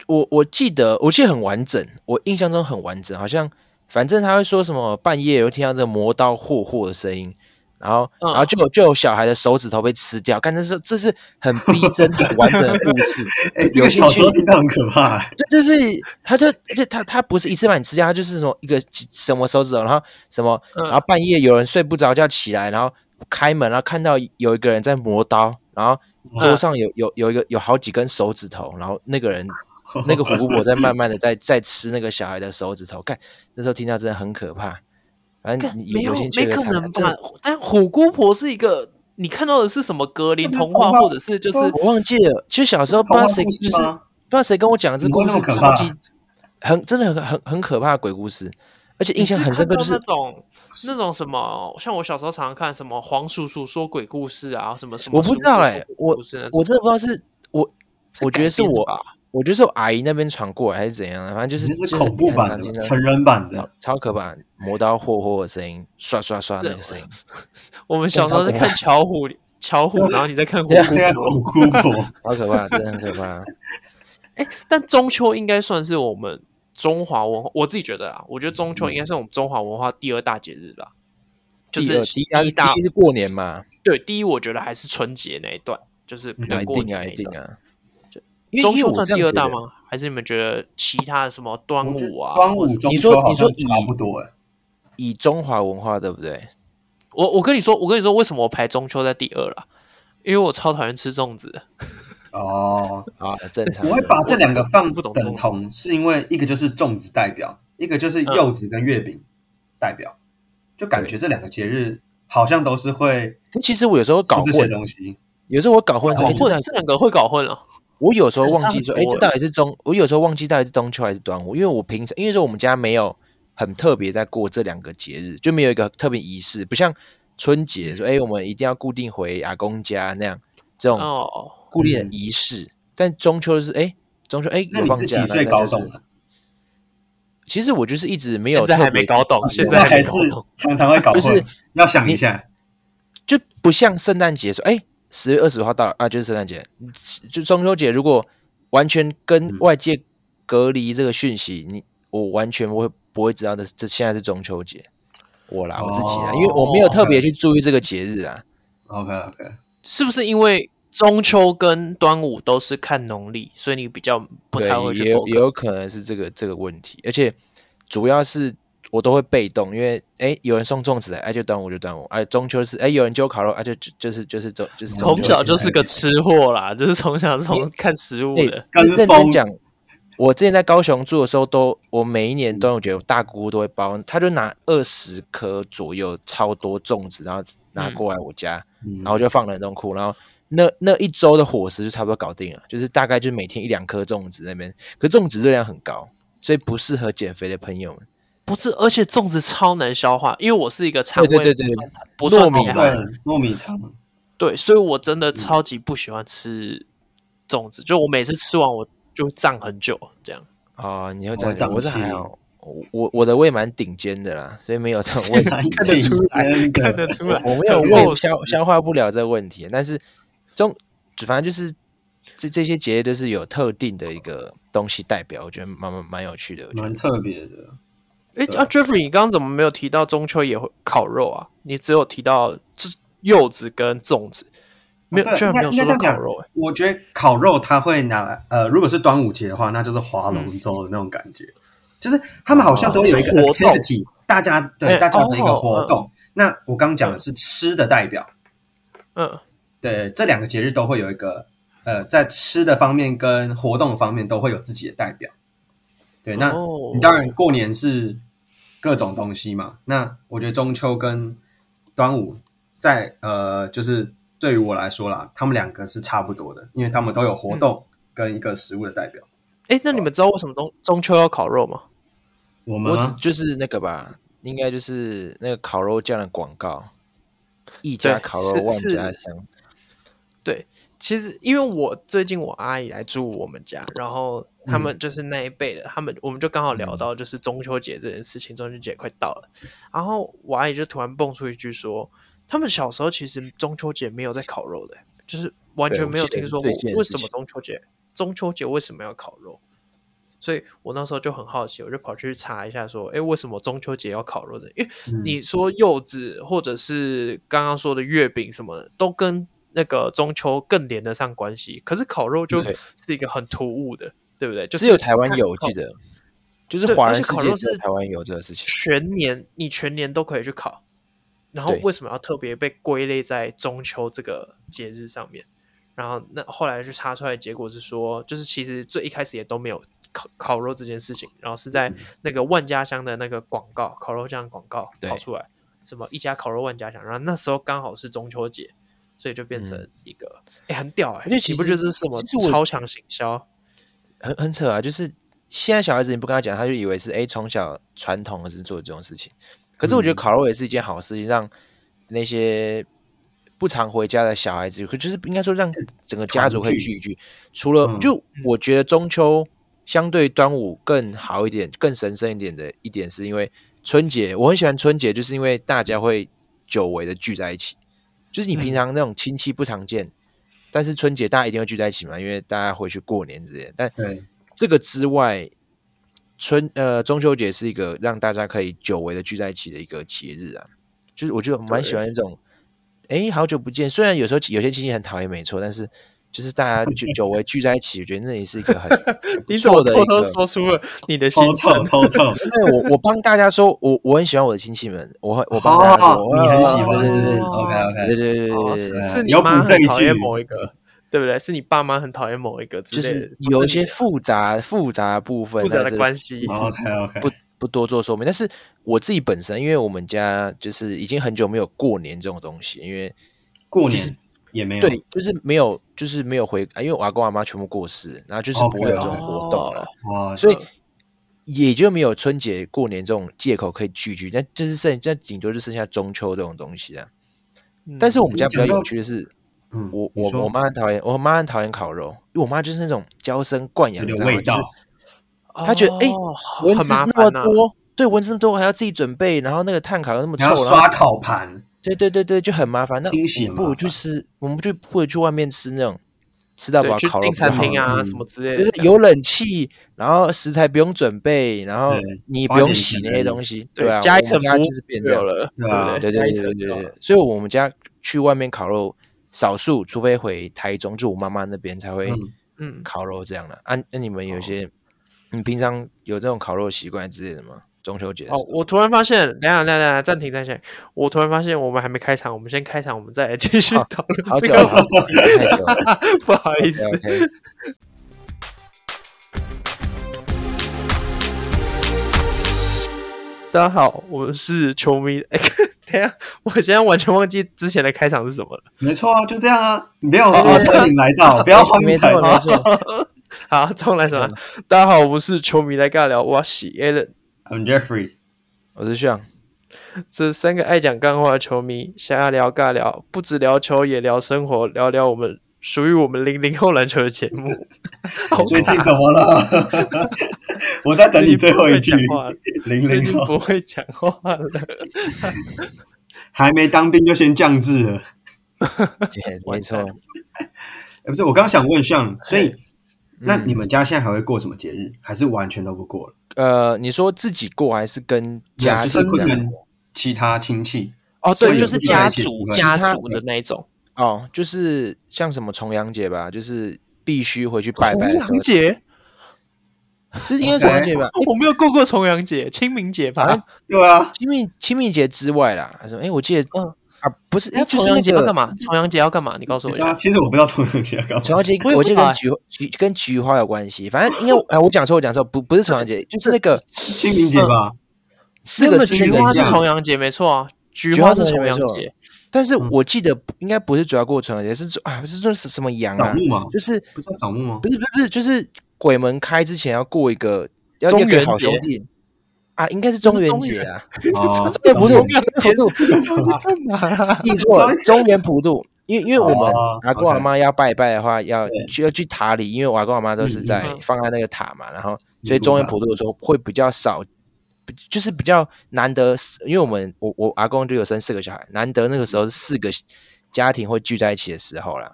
Speaker 2: 我我记得我记得很完整，我印象中很完整，好像反正他会说什么半夜有听到这个磨刀霍霍的声音，然后、
Speaker 1: 嗯
Speaker 2: 然后就有就有小孩的手指头被吃掉，看这是这是很逼真很完整的 故事。
Speaker 3: 哎，这个
Speaker 2: 兴
Speaker 3: 小
Speaker 2: 趣
Speaker 3: 时候听到很可怕。哎
Speaker 2: 对对对，他就就他他不是一次把你吃掉，他就是什么一个什么手指头，然后什么，
Speaker 1: 嗯
Speaker 2: 然后半夜有人睡不着觉起来，然后开门，然后看到有一个人在磨刀，然后
Speaker 1: 嗯
Speaker 2: 桌上有有有一个有好几根手指头，然后那个人 那个虎姑婆在慢慢的在在吃那个小孩的手指头，看那时候听到真的很可怕。反正
Speaker 1: 干
Speaker 2: 你
Speaker 1: 没有
Speaker 2: 兴趣
Speaker 1: 没
Speaker 2: 可以
Speaker 1: 可
Speaker 2: 查
Speaker 1: 能
Speaker 2: 看，真
Speaker 1: 吧
Speaker 2: 的？
Speaker 1: 但虎姑婆是一个，你看到的是什么格林
Speaker 3: 这不是
Speaker 1: 童话，
Speaker 3: 童话
Speaker 1: 或者是就是
Speaker 2: 我忘记了，其实小时候不知
Speaker 3: 童
Speaker 2: 道
Speaker 3: 话
Speaker 2: 谁
Speaker 3: 故
Speaker 2: 就是
Speaker 3: 事吗？
Speaker 2: 不知道谁跟我讲这
Speaker 3: 怎么
Speaker 2: 故
Speaker 3: 那
Speaker 2: 事
Speaker 3: 么，可
Speaker 2: 超
Speaker 3: 怕
Speaker 2: 级很真的很很很可怕的鬼故事，而且印象
Speaker 1: 你
Speaker 2: 很深刻，
Speaker 1: 看
Speaker 2: 就
Speaker 1: 到那
Speaker 2: 是
Speaker 1: 种那种什么，像我小时候常常看什么黄叔叔说鬼故事啊，什么什么
Speaker 2: 我不知道
Speaker 1: 叔叔
Speaker 2: 哎
Speaker 1: 说鬼
Speaker 2: 我
Speaker 1: 故事那种
Speaker 2: 我真的不知道是我，我觉得是
Speaker 1: 改编的
Speaker 2: 我
Speaker 1: 吧，
Speaker 2: 我觉得是我阿姨那边传过来还是怎样啊的，反正就是
Speaker 3: 那是
Speaker 2: 就是
Speaker 3: 恐怖
Speaker 2: 很
Speaker 3: 版
Speaker 2: 常见
Speaker 3: 的，
Speaker 2: 的
Speaker 3: 成人版
Speaker 2: 超
Speaker 3: 的。
Speaker 2: 超可怕，磨刀霍霍的声音，刷刷刷那个声音，
Speaker 1: 我们小时候在看巧虎巧虎，然后你在看虎
Speaker 2: 对啊
Speaker 1: 姑
Speaker 3: 这个
Speaker 1: 婆。
Speaker 3: 虎姑婆，
Speaker 2: 超可怕，真的很可 怕。
Speaker 1: 但中秋应该算是我们中华文化，我自己觉得啦，我觉得中秋应该是我们中华文化第二大节日吧。就
Speaker 2: 嗯第
Speaker 1: 是
Speaker 2: 二第一啊它是
Speaker 1: 大
Speaker 2: 第一是过年嘛，
Speaker 1: 对第一，我觉得还是春节那一段，就是
Speaker 3: 嗯
Speaker 2: 那
Speaker 1: 跟
Speaker 2: 一
Speaker 1: 过
Speaker 2: 定
Speaker 1: 年
Speaker 2: 啊
Speaker 1: 那
Speaker 2: 一定
Speaker 1: 段。
Speaker 2: 啊，因为
Speaker 1: 中
Speaker 2: 因为
Speaker 1: 秋
Speaker 2: 我
Speaker 1: 算
Speaker 2: 这样
Speaker 1: 第二
Speaker 2: 觉
Speaker 1: 大
Speaker 2: 得
Speaker 1: 吗？还是你们觉得其他的什么端
Speaker 3: 我觉得
Speaker 1: 午啊？
Speaker 3: 端
Speaker 1: 或者
Speaker 3: 午
Speaker 1: 是
Speaker 3: 中
Speaker 2: 你
Speaker 3: 秋
Speaker 2: 说
Speaker 3: 好
Speaker 2: 你说
Speaker 3: 像差
Speaker 2: 以
Speaker 3: 不多哎。
Speaker 2: 以中华文化对不对？
Speaker 1: 我我跟你说，我跟你说，为什么我排中秋在第二啦？因为我超讨厌吃粽子的。
Speaker 3: 哦，
Speaker 2: 啊，正常。
Speaker 3: 我会把这两个放
Speaker 1: 不懂
Speaker 3: 等同，是因为一个就是粽子代表，一个
Speaker 2: 嗯
Speaker 3: 就是柚子跟月饼代表，就感觉这两个节日好像都是会
Speaker 2: 其实我有时候
Speaker 3: 搞
Speaker 2: 搞
Speaker 3: 这些
Speaker 2: 混，
Speaker 3: 东西。
Speaker 2: 有时候我搞混说，哎，
Speaker 1: 搞
Speaker 2: 这到
Speaker 1: 混
Speaker 2: 底
Speaker 1: 这两个会搞混哦了。
Speaker 2: 我有时候忘
Speaker 1: 差
Speaker 2: 记
Speaker 1: 很
Speaker 2: 说，
Speaker 1: 多
Speaker 2: 哎，这
Speaker 1: 欸
Speaker 2: 到底是中？我有时候忘记到底是中秋还是端午，因为我平常因为说我们家没有很特别在过这两个节日，就没有一个特别仪式，不像春
Speaker 1: 嗯
Speaker 2: 节说，哎，我们一定要固定回阿公家那样这种
Speaker 1: 哦，
Speaker 2: 固定
Speaker 3: 嗯
Speaker 2: 的仪式。但中秋是，哎，中秋哎
Speaker 3: 那
Speaker 2: 有
Speaker 3: 你
Speaker 2: 放
Speaker 3: 是
Speaker 2: 假，
Speaker 3: 几
Speaker 2: 那
Speaker 3: 岁啊
Speaker 2: 那
Speaker 3: 搞
Speaker 2: 就是
Speaker 3: 懂的？
Speaker 2: 其实我就是一直没有
Speaker 1: 现在
Speaker 2: 特
Speaker 1: 还没
Speaker 2: 别
Speaker 1: 搞懂，现
Speaker 3: 现
Speaker 1: 在
Speaker 3: 在
Speaker 1: 还
Speaker 3: 还
Speaker 1: 没
Speaker 3: 是
Speaker 1: 搞懂。
Speaker 3: 常常会搞
Speaker 2: 就是
Speaker 3: 混，要想一下。
Speaker 2: 就不像圣诞节说，哎，十月二十号到了啊，就是圣诞节。就中秋节如果完全跟
Speaker 3: 嗯
Speaker 2: 外界隔离这个讯息，你我完全不会不会知道的。这现在是中秋节，我
Speaker 1: 哦
Speaker 2: 啦我自己啦，因为我没有特别去注意这个节日啊。
Speaker 3: OK OK，
Speaker 1: 是不是因为中秋跟端午都是看农历，所以你比较不
Speaker 2: 对
Speaker 1: 太会，去
Speaker 2: 也有
Speaker 1: focus？
Speaker 2: 也有可能是这个这个问题，而且主要是我都会被动，因为哎有人送粽子来，哎就端午就端午，哎中秋是哎有人揪烤肉，哎就就就是就是中就是中
Speaker 1: 从
Speaker 2: 秋
Speaker 1: 小
Speaker 2: 节
Speaker 1: 就是个吃货啦，就是从小是从看食物
Speaker 2: 哎
Speaker 1: 的。
Speaker 3: 跟
Speaker 2: 认真
Speaker 3: 风
Speaker 2: 讲，我之前在高雄住的时候都，我每一年端午节，我大姑姑都会包，她就拿二十颗左右，超多粽子，然后拿
Speaker 1: 嗯
Speaker 2: 过来我家，
Speaker 3: 嗯
Speaker 2: 然后就放冷冻库，然后那那一周的伙食就差不多搞定了，就是大概就是每天一两颗粽子那边，可粽子热量很高，所以不适合减肥的朋友们。
Speaker 1: 不是，而且粽子超难消化，因为我是一个肠胃
Speaker 2: 对对对对
Speaker 1: 不算
Speaker 2: 糯米嗯
Speaker 1: 太
Speaker 2: 吧
Speaker 1: 好的
Speaker 3: 对糯米肠，
Speaker 1: 对，所以我真的超级不喜欢吃粽子，就我每次吃完我就胀很久这样。
Speaker 2: 哦，你会
Speaker 3: 我
Speaker 2: 这样
Speaker 3: 胀
Speaker 2: 讲，我是
Speaker 3: 气
Speaker 2: 还好，我我我的胃蛮顶尖的啦，所以没有这种问题。
Speaker 1: 看得出来
Speaker 3: 真 的
Speaker 1: 看得出来
Speaker 2: 我没
Speaker 1: 很
Speaker 2: 有胃
Speaker 1: 肉
Speaker 2: 消消化不了这个问题，但是中反正就是这这些节日都是有特定的一个东西代表，我觉得蛮蛮蛮有趣的。我觉
Speaker 3: 蛮
Speaker 2: 得
Speaker 3: 特别的。
Speaker 1: 哎、啊，Jeffrey，你刚刚怎么没有提到中秋也会烤肉啊？你只有提到这柚子跟粽子，没有，
Speaker 3: 哦对啊
Speaker 1: 居然没有
Speaker 3: 应该
Speaker 1: 说
Speaker 3: 应该
Speaker 1: 到
Speaker 3: 这样
Speaker 1: 烤肉、欸。
Speaker 3: 我觉得烤肉它会拿来，呃，如果是端午节的话，那就是划龙舟的那种感觉，就是他们好像都有一个
Speaker 1: 哦活动
Speaker 3: activity，大家对
Speaker 1: 哎
Speaker 3: 大家的一个活
Speaker 1: 哦
Speaker 3: 动。那我刚讲的是吃的代表，
Speaker 1: 嗯，
Speaker 3: 对这两个节日都会有一个，呃，在吃的方面跟活动方面都会有自己的代表。对，那
Speaker 1: 哦
Speaker 3: 你当然过年是各种东西嘛。那我觉得中秋跟端午在呃，就是对于我来说啦，他们两个是差不多的，因为他们都有
Speaker 2: 嗯
Speaker 3: 活动跟一个食物的代表。
Speaker 1: 哎、那你们知道为什么中中秋要烤肉吗？
Speaker 3: 我
Speaker 2: 我只就是那个吧，应该就是那个烤肉酱的广告，一家
Speaker 1: 对
Speaker 2: 烤肉
Speaker 1: 是
Speaker 2: 万
Speaker 1: 是
Speaker 2: 家香。
Speaker 1: 其实因为我最近我阿姨来住我们家，然后
Speaker 2: 嗯
Speaker 1: 他们就是那一辈的，他们我们就刚好聊到就是中秋节这件事情，中秋节快到了，然后我阿姨就突然蹦出一句说，他们小时候其实中秋节没有在烤肉的，就是完
Speaker 2: 对
Speaker 1: 全
Speaker 2: 我
Speaker 1: 没有
Speaker 2: 记得
Speaker 1: 听
Speaker 2: 是
Speaker 1: 说过
Speaker 2: 最近的
Speaker 1: 为
Speaker 2: 事
Speaker 1: 什么
Speaker 2: 情
Speaker 1: 中秋节中秋节为什么要烤肉。所以我那时候就很好奇，我就跑去查一下，说，哎，为什么中秋节要烤肉呢？因为
Speaker 3: 嗯
Speaker 1: 你
Speaker 2: 嗯
Speaker 1: 说柚子或者是刚刚说的月饼什么的，都跟那个中秋更连得上关系。可是烤肉就
Speaker 2: 对
Speaker 1: 是一个很突兀的，对不对？就
Speaker 2: 只
Speaker 1: 是
Speaker 2: 有台湾有，我
Speaker 1: 烤
Speaker 2: 记得，就是
Speaker 1: 对
Speaker 2: 华
Speaker 1: 而
Speaker 2: 人
Speaker 1: 且
Speaker 2: 世
Speaker 1: 烤
Speaker 2: 界
Speaker 1: 肉
Speaker 2: 只有
Speaker 1: 是
Speaker 2: 台湾有这个事情。
Speaker 1: 全年你全年都可以去烤，然后
Speaker 2: 对
Speaker 1: 为什么要特别被归类在中秋这个节日上面？然后那后来就查出来的结果是说，就是其实最一开始也都没有烤烤肉这件事情，然后是
Speaker 2: 嗯
Speaker 1: 在那个万家香的那个广告烤肉酱广告
Speaker 2: 对
Speaker 1: 跑出来，什么一家烤肉万家香，然后那时候刚好是中秋节，所以就变成一个哎、很屌哎、
Speaker 2: 嗯而且其
Speaker 1: 你不
Speaker 2: 实
Speaker 1: 觉得这是什么
Speaker 2: 其实我
Speaker 1: 超强行销？
Speaker 2: 很很扯啊！就是现在小孩子你不跟他讲，他就以为是哎，从小传统是做这种事情。可是我觉得
Speaker 3: 嗯
Speaker 2: 烤肉也是一件好事情，让那些不常回家的小孩子，可就是应该说让整个家族
Speaker 3: 团
Speaker 2: 会
Speaker 3: 聚
Speaker 2: 聚一聚。除了
Speaker 3: 嗯
Speaker 2: 就我觉得中秋相对端午更好一点、更神圣一点的一点，是因为春节我很喜欢春节，就是因为大家会久违的聚在一起。就是你平
Speaker 1: 嗯
Speaker 2: 常那种亲戚不常见，但是春节大家一定会聚在一起嘛，因为大家回去过年之类的。但
Speaker 3: 对，
Speaker 2: 这个之外，春呃中秋节是一个让大家可以久违的聚在一起的一个节日啊，就是我就蛮喜欢这种，哎，好久不见。虽然有时候有些亲戚很讨厌，没错，但是就是大家久久违聚在一起，我觉得那也是一个很
Speaker 1: 你怎么
Speaker 2: 不错的
Speaker 1: 偷
Speaker 2: 一
Speaker 1: 偷
Speaker 2: 个
Speaker 1: 说出了你的心
Speaker 3: 偷
Speaker 1: 声
Speaker 3: 臭？偷 臭，
Speaker 2: 因为我我帮大家说，我我很喜欢我的亲戚们，我很我帮大家
Speaker 3: 哦
Speaker 2: 说，，我
Speaker 3: 你很喜
Speaker 1: 哦
Speaker 3: 欢，是不是
Speaker 2: 对
Speaker 3: ？OK
Speaker 2: 对
Speaker 3: OK，
Speaker 2: 对对对
Speaker 1: 哦，
Speaker 2: 对对
Speaker 1: 是
Speaker 2: 对。
Speaker 3: 对
Speaker 1: 是你
Speaker 3: 有补
Speaker 1: 妈
Speaker 3: 这
Speaker 1: 很
Speaker 3: 一
Speaker 1: 讨厌
Speaker 3: 句
Speaker 1: 某一个，对不对？是你爸妈很讨厌某一个之
Speaker 2: 就
Speaker 1: 类的，
Speaker 2: 是
Speaker 1: 不
Speaker 2: 有一
Speaker 1: 你
Speaker 2: 些
Speaker 1: 的
Speaker 2: 复杂复杂部分，
Speaker 1: 复杂
Speaker 2: 那
Speaker 1: 的
Speaker 2: 这
Speaker 1: 关系。
Speaker 3: OK OK，
Speaker 2: 不不多做说明。但是我自己本身，因为我们家就是已经很久没有过年这种东西，因为
Speaker 3: 过年也没有，
Speaker 2: 对，就是没有，就是没有回，啊因为我阿公阿妈全部过世，然后就是不会有这种活动
Speaker 3: 哦
Speaker 2: 了，
Speaker 3: 哇，
Speaker 2: 所以也就没有春节过年这种借口可以聚聚。那就是剩，那顶多就剩下中秋这种东西啊。
Speaker 1: 嗯
Speaker 2: 但是我们家比较
Speaker 3: 讲到
Speaker 2: 有趣的是，
Speaker 3: 嗯
Speaker 2: 我
Speaker 3: 你
Speaker 2: 我
Speaker 3: 说
Speaker 2: 我妈很讨厌，我妈很讨厌烤肉，因为我妈就是那种娇生惯养，
Speaker 3: 有
Speaker 2: 你
Speaker 3: 点
Speaker 2: 知道吗？
Speaker 3: 味
Speaker 2: 就是
Speaker 3: 道，
Speaker 2: 他觉得诶
Speaker 1: 哦
Speaker 2: 蚊
Speaker 1: 很
Speaker 2: 子
Speaker 1: 麻
Speaker 2: 那
Speaker 1: 烦
Speaker 2: 么
Speaker 1: 呐。
Speaker 3: 啊
Speaker 2: 多，对蚊子那么多，我还要自己准备，然后那个碳烤又那么臭，
Speaker 3: 然
Speaker 2: 然
Speaker 3: 后
Speaker 2: 后
Speaker 3: 刷烤盘，
Speaker 2: 对对对对，就很麻烦。那
Speaker 3: 清洗很
Speaker 2: 不如
Speaker 3: 麻
Speaker 2: 去
Speaker 3: 烦
Speaker 2: 吃，我们就不如去外面吃那种吃到饱
Speaker 1: 对，去
Speaker 2: 烤肉
Speaker 1: 订
Speaker 2: 不
Speaker 1: 餐
Speaker 2: 好，
Speaker 1: 厅啊
Speaker 3: 嗯
Speaker 1: 什么之类
Speaker 2: 就
Speaker 1: 的
Speaker 2: 是
Speaker 1: 这样，
Speaker 2: 有冷气，然后食材不用准备，然后
Speaker 3: 对
Speaker 2: 你
Speaker 3: 花
Speaker 2: 不用
Speaker 3: 点
Speaker 2: 洗
Speaker 3: 钱
Speaker 2: 那些东西，对啊，
Speaker 1: 对，加一
Speaker 2: 我
Speaker 1: 层
Speaker 2: 们家
Speaker 1: 服务
Speaker 2: 就是变这
Speaker 1: 就有
Speaker 2: 样，
Speaker 1: 了，
Speaker 3: 对
Speaker 1: 不
Speaker 3: 啊
Speaker 1: 对？
Speaker 2: 对
Speaker 1: 加
Speaker 2: 对
Speaker 1: 一
Speaker 2: 对
Speaker 1: 层
Speaker 2: 对
Speaker 1: 就
Speaker 2: 对
Speaker 1: 好
Speaker 2: 对，所以我们家去外面烤肉，少数除非回台中，就我妈妈那边才会
Speaker 3: 嗯哦
Speaker 1: 嗯，
Speaker 2: 烤肉这样的、啊。那你们有些，你平常有这种烤肉习惯之类的吗？中秋节的时
Speaker 1: 哦
Speaker 2: 候，
Speaker 1: 我突然发现，等一下，等一下，等一下，暂停，暂停。我突然发现，我们还没开场，我们先开场，我们再来继续
Speaker 2: 好
Speaker 1: 讨论
Speaker 2: 好
Speaker 1: 这
Speaker 2: 久
Speaker 1: 个
Speaker 2: 了，
Speaker 1: 话题。
Speaker 2: 太久了。
Speaker 1: 不好意思
Speaker 2: OK，OK，
Speaker 1: 大家好，我们是球迷。哎，等一下，我现在完全忘记之前的开场是什么了。
Speaker 3: 没错啊，就这样啊，你没有
Speaker 2: 哦
Speaker 3: 说欢迎来到，不要欢迎
Speaker 2: 没
Speaker 3: 来
Speaker 2: 错没
Speaker 1: 啊
Speaker 3: 到，
Speaker 2: 错，
Speaker 1: 好，重来，重来。大家好，我们是球迷来尬聊，我是 Allen，
Speaker 3: I'm Jeffrey，
Speaker 2: 我是炫，
Speaker 1: 这三个爱讲干话的球迷，想要聊尬聊，不只聊球，也聊生活，聊聊我们属于我们零零后篮球的节 目。好
Speaker 3: 最近
Speaker 1: 大
Speaker 3: 怎么了？ 我在等你最后一句
Speaker 1: 最近不会讲话了，
Speaker 3: 零
Speaker 1: 最近
Speaker 3: 零后
Speaker 1: 不会讲话了。
Speaker 3: 还没当兵就先降智了。
Speaker 2: 对没错
Speaker 1: 完。
Speaker 3: 哎，不是，我刚想问像，所以那
Speaker 2: 嗯
Speaker 3: 你们家现在还会过什么节日，还是完全都不过了？
Speaker 2: 呃，你说自己过还是跟家
Speaker 3: 还
Speaker 2: 人
Speaker 3: 是会
Speaker 2: 这样？
Speaker 3: 跟其他亲戚？
Speaker 2: 哦，
Speaker 1: 对，
Speaker 2: 对，
Speaker 1: 就
Speaker 2: 就是是
Speaker 3: 聚在
Speaker 1: 家
Speaker 3: 一起
Speaker 1: 族
Speaker 3: 吃饭
Speaker 1: 家族的那一种。
Speaker 2: 哦，就是像什么重阳节吧，就是必须回去拜
Speaker 1: 重
Speaker 2: 拜的时候哎
Speaker 1: 阳，节，
Speaker 2: 是应该重阳节吧？
Speaker 1: 我没有过过重阳节，清明节
Speaker 2: 啊
Speaker 1: 吧？
Speaker 3: 对啊，
Speaker 2: 清明清明节之外啦，什么？哎，我记得，
Speaker 1: 嗯
Speaker 2: 啊，不是，哎，
Speaker 1: 那
Speaker 2: 就
Speaker 1: 重
Speaker 2: 是
Speaker 1: 阳
Speaker 2: 那
Speaker 1: 节要
Speaker 2: 个
Speaker 1: 干嘛？重阳节要干嘛？你告诉我一
Speaker 3: 对啊，
Speaker 1: 下。
Speaker 3: 其实我不知道重阳节要干嘛
Speaker 2: 重。阳节
Speaker 1: 我也，不
Speaker 2: 我记
Speaker 1: 知道哎
Speaker 2: 得跟菊菊跟菊花有关系，反正应该，哎，我讲错，我讲错，不不是重阳节，就是那个
Speaker 3: 清明节吧，
Speaker 2: 四
Speaker 1: 没有
Speaker 2: 个字
Speaker 1: 菊
Speaker 2: 的
Speaker 1: 花是
Speaker 2: 样
Speaker 1: 重阳节，没错啊，菊
Speaker 2: 菊
Speaker 1: 花
Speaker 2: 花
Speaker 1: 是
Speaker 2: 是
Speaker 1: 重
Speaker 2: 重
Speaker 1: 阳
Speaker 2: 阳
Speaker 1: 节
Speaker 2: 节，但是
Speaker 3: 嗯
Speaker 2: 我记得不应该不是主要过重阳节，是啊，是说什么羊
Speaker 3: 扫
Speaker 2: 啊？
Speaker 3: 墓嘛，
Speaker 2: 就是
Speaker 3: 不是 扫墓吗
Speaker 2: 不？是不是不是，就是鬼门开之前要过一个要
Speaker 1: 中
Speaker 2: 要给
Speaker 1: 元
Speaker 2: 好
Speaker 1: 节
Speaker 2: 兄弟啊，应该是中
Speaker 1: 是
Speaker 2: 元
Speaker 1: 中
Speaker 2: 节
Speaker 1: 元
Speaker 2: 啊，
Speaker 3: 哦，
Speaker 2: 对，不是
Speaker 1: 中元节啊
Speaker 2: 普渡，
Speaker 1: 干嘛？
Speaker 2: 记错
Speaker 3: 中
Speaker 2: 了，中元普渡。因为因为我们啊
Speaker 3: 哦
Speaker 2: 阿公
Speaker 3: OK
Speaker 2: 阿妈要拜拜的话，要
Speaker 3: 对
Speaker 2: 去要去塔里，因为我阿公阿妈都是
Speaker 3: 嗯嗯
Speaker 2: 在
Speaker 1: 嗯
Speaker 2: 放在那个塔嘛，然后
Speaker 3: 尼
Speaker 2: 所以
Speaker 3: 姑
Speaker 2: 中元
Speaker 3: 塔
Speaker 2: 普渡的时候会比较少，比就是比较难得，因为我们我我阿公就有生四个小孩，难得那个时候是四个家庭会聚在一起的时候啦，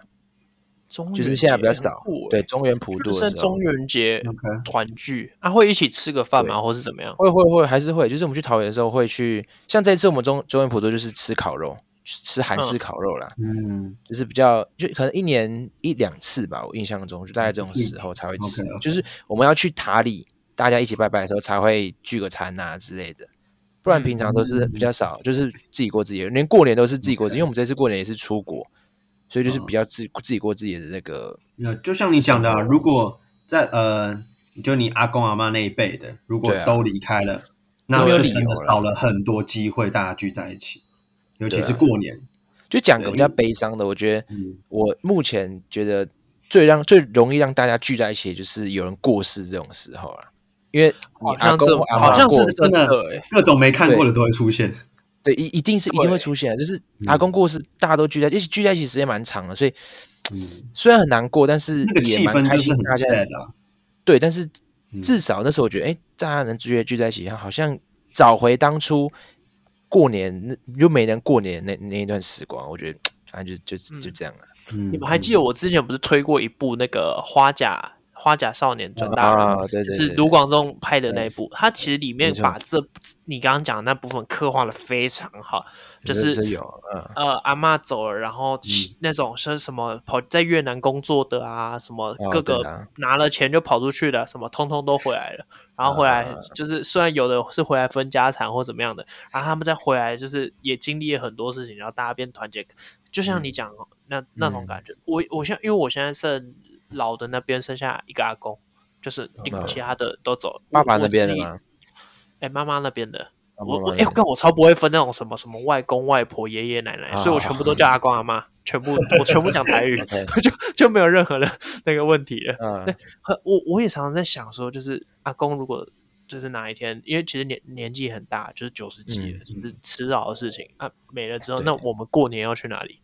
Speaker 1: 中元
Speaker 2: 就是现在比较
Speaker 1: 节
Speaker 2: 少
Speaker 1: 很酷。欸
Speaker 2: 对，中元普
Speaker 1: 就
Speaker 2: 渡
Speaker 1: 是
Speaker 2: 的
Speaker 1: 在
Speaker 2: 时候
Speaker 1: 中，元节
Speaker 3: OK
Speaker 1: 团聚啊，会一起吃个饭吗？或是怎么样？
Speaker 2: 会会会还是会，就是我们去桃园的时候会去，像这一次我们中中元普渡就是吃烤肉，去吃韩
Speaker 1: 嗯
Speaker 2: 式烤肉啦，
Speaker 3: 嗯，
Speaker 2: 就是比较就可能一年一两次吧，我印象中就大概这种时候才会吃，
Speaker 3: 嗯 OK，OK
Speaker 2: 就是我们要去塔里大家一起拜拜的时候才会聚个餐啊之类的，不然平常都是
Speaker 3: 嗯
Speaker 2: 比较少，就是自己过自己的，连过年都是自己过自己，因为我们这次过年也是出国，所以就是
Speaker 3: 嗯
Speaker 2: 比较自、自己过自己的那个，
Speaker 3: 那就像你讲的啊，如果在呃，就你阿公阿妈那一辈的，如果
Speaker 2: 对啊
Speaker 3: 都离开了，那
Speaker 2: 就没有
Speaker 3: 就
Speaker 2: 理
Speaker 3: 真
Speaker 2: 由
Speaker 3: 的
Speaker 2: 了
Speaker 3: 少了很多机会大家聚在一起，尤其
Speaker 2: 对啊
Speaker 3: 是过年。
Speaker 2: 就讲个比
Speaker 3: 对因为
Speaker 2: 较悲伤的，我觉得
Speaker 3: 嗯，
Speaker 2: 我目前觉得最让最容易让大家聚在一起，就是有人过世这种时候啊。因为你
Speaker 1: 好
Speaker 2: 阿
Speaker 1: 像
Speaker 2: 公
Speaker 1: 这
Speaker 2: 或阿
Speaker 1: 好
Speaker 2: 嬷
Speaker 1: 像
Speaker 2: 过嗯
Speaker 1: 是
Speaker 2: 世
Speaker 1: 真的哎，
Speaker 3: 各种没看过的都会出现。
Speaker 2: 对，一一定是一定
Speaker 1: 对
Speaker 2: 会出现的，就是阿公过世，大家都聚在，一起聚在一起时间蛮长的，所以
Speaker 3: 嗯，
Speaker 2: 虽然很难过，但是
Speaker 3: 那个
Speaker 2: 也
Speaker 3: 气
Speaker 2: 蛮
Speaker 3: 氛
Speaker 2: 开
Speaker 3: 就是
Speaker 2: 心
Speaker 3: 很，
Speaker 2: 大家
Speaker 3: sad 啊。
Speaker 2: 对，但是
Speaker 3: 嗯
Speaker 2: 至少那时候我觉得，哎、大家能聚聚在一起，好像找回当初过年那就没能过年那那一段时光，我觉得反正就就
Speaker 1: 嗯
Speaker 2: 就这样了、啊
Speaker 3: 你
Speaker 1: 你们还记
Speaker 2: 嗯
Speaker 1: 得我之前不是推过一部那个花甲花甲少年转大人吗？
Speaker 2: 啊，对
Speaker 1: 就
Speaker 2: 对
Speaker 1: 是
Speaker 2: 对
Speaker 1: 卢
Speaker 2: 对，
Speaker 1: 广仲拍的那一部，它其实里面
Speaker 2: 没错
Speaker 1: 把这你刚刚讲的那部分刻画的非常好，就
Speaker 2: 这这
Speaker 1: 是
Speaker 2: 有嗯
Speaker 1: 呃阿嬷走了，然后其那种是什么跑在越南工作的啊，什么
Speaker 2: 哦
Speaker 1: 各
Speaker 2: 对
Speaker 1: 个
Speaker 2: 啊
Speaker 1: 拿了钱就跑出去的，什么通通都回来了，然后回来
Speaker 2: 啊
Speaker 1: 就是虽然有的是回来分家产或怎么样的，然后他们再回来就是也经历了很多事情，然后大家变团结，就
Speaker 2: 嗯
Speaker 1: 像你讲哦那那种感觉，我我现在因为我现在剩老的那边剩下一个阿公。就是另
Speaker 2: 嗯
Speaker 1: 其他的都走，
Speaker 2: 爸
Speaker 1: 我
Speaker 2: 爸
Speaker 1: 我
Speaker 2: 那边
Speaker 1: 自
Speaker 2: 的
Speaker 1: 己
Speaker 2: 吗？
Speaker 1: 哎、妈妈那边的，
Speaker 2: 啊
Speaker 1: 我
Speaker 2: 妈
Speaker 1: 我
Speaker 2: 妈
Speaker 1: 哎，
Speaker 2: 那
Speaker 1: 我
Speaker 2: 边
Speaker 1: 看我超不会分那种什么什么外公外婆、爷爷奶奶，
Speaker 2: 啊，
Speaker 1: 所以我全部都叫阿公阿妈，全部我全部讲台语
Speaker 2: OK
Speaker 1: 就就没有任何的那个问题了。
Speaker 2: 嗯，
Speaker 1: 和我我也常常在想说，就是阿公如果就是哪一天，因为其实年年纪很大，就是九十几了，
Speaker 3: 嗯
Speaker 1: 是迟早的事情啊，没了之后，
Speaker 2: 对
Speaker 1: 那我们过年要去哪里？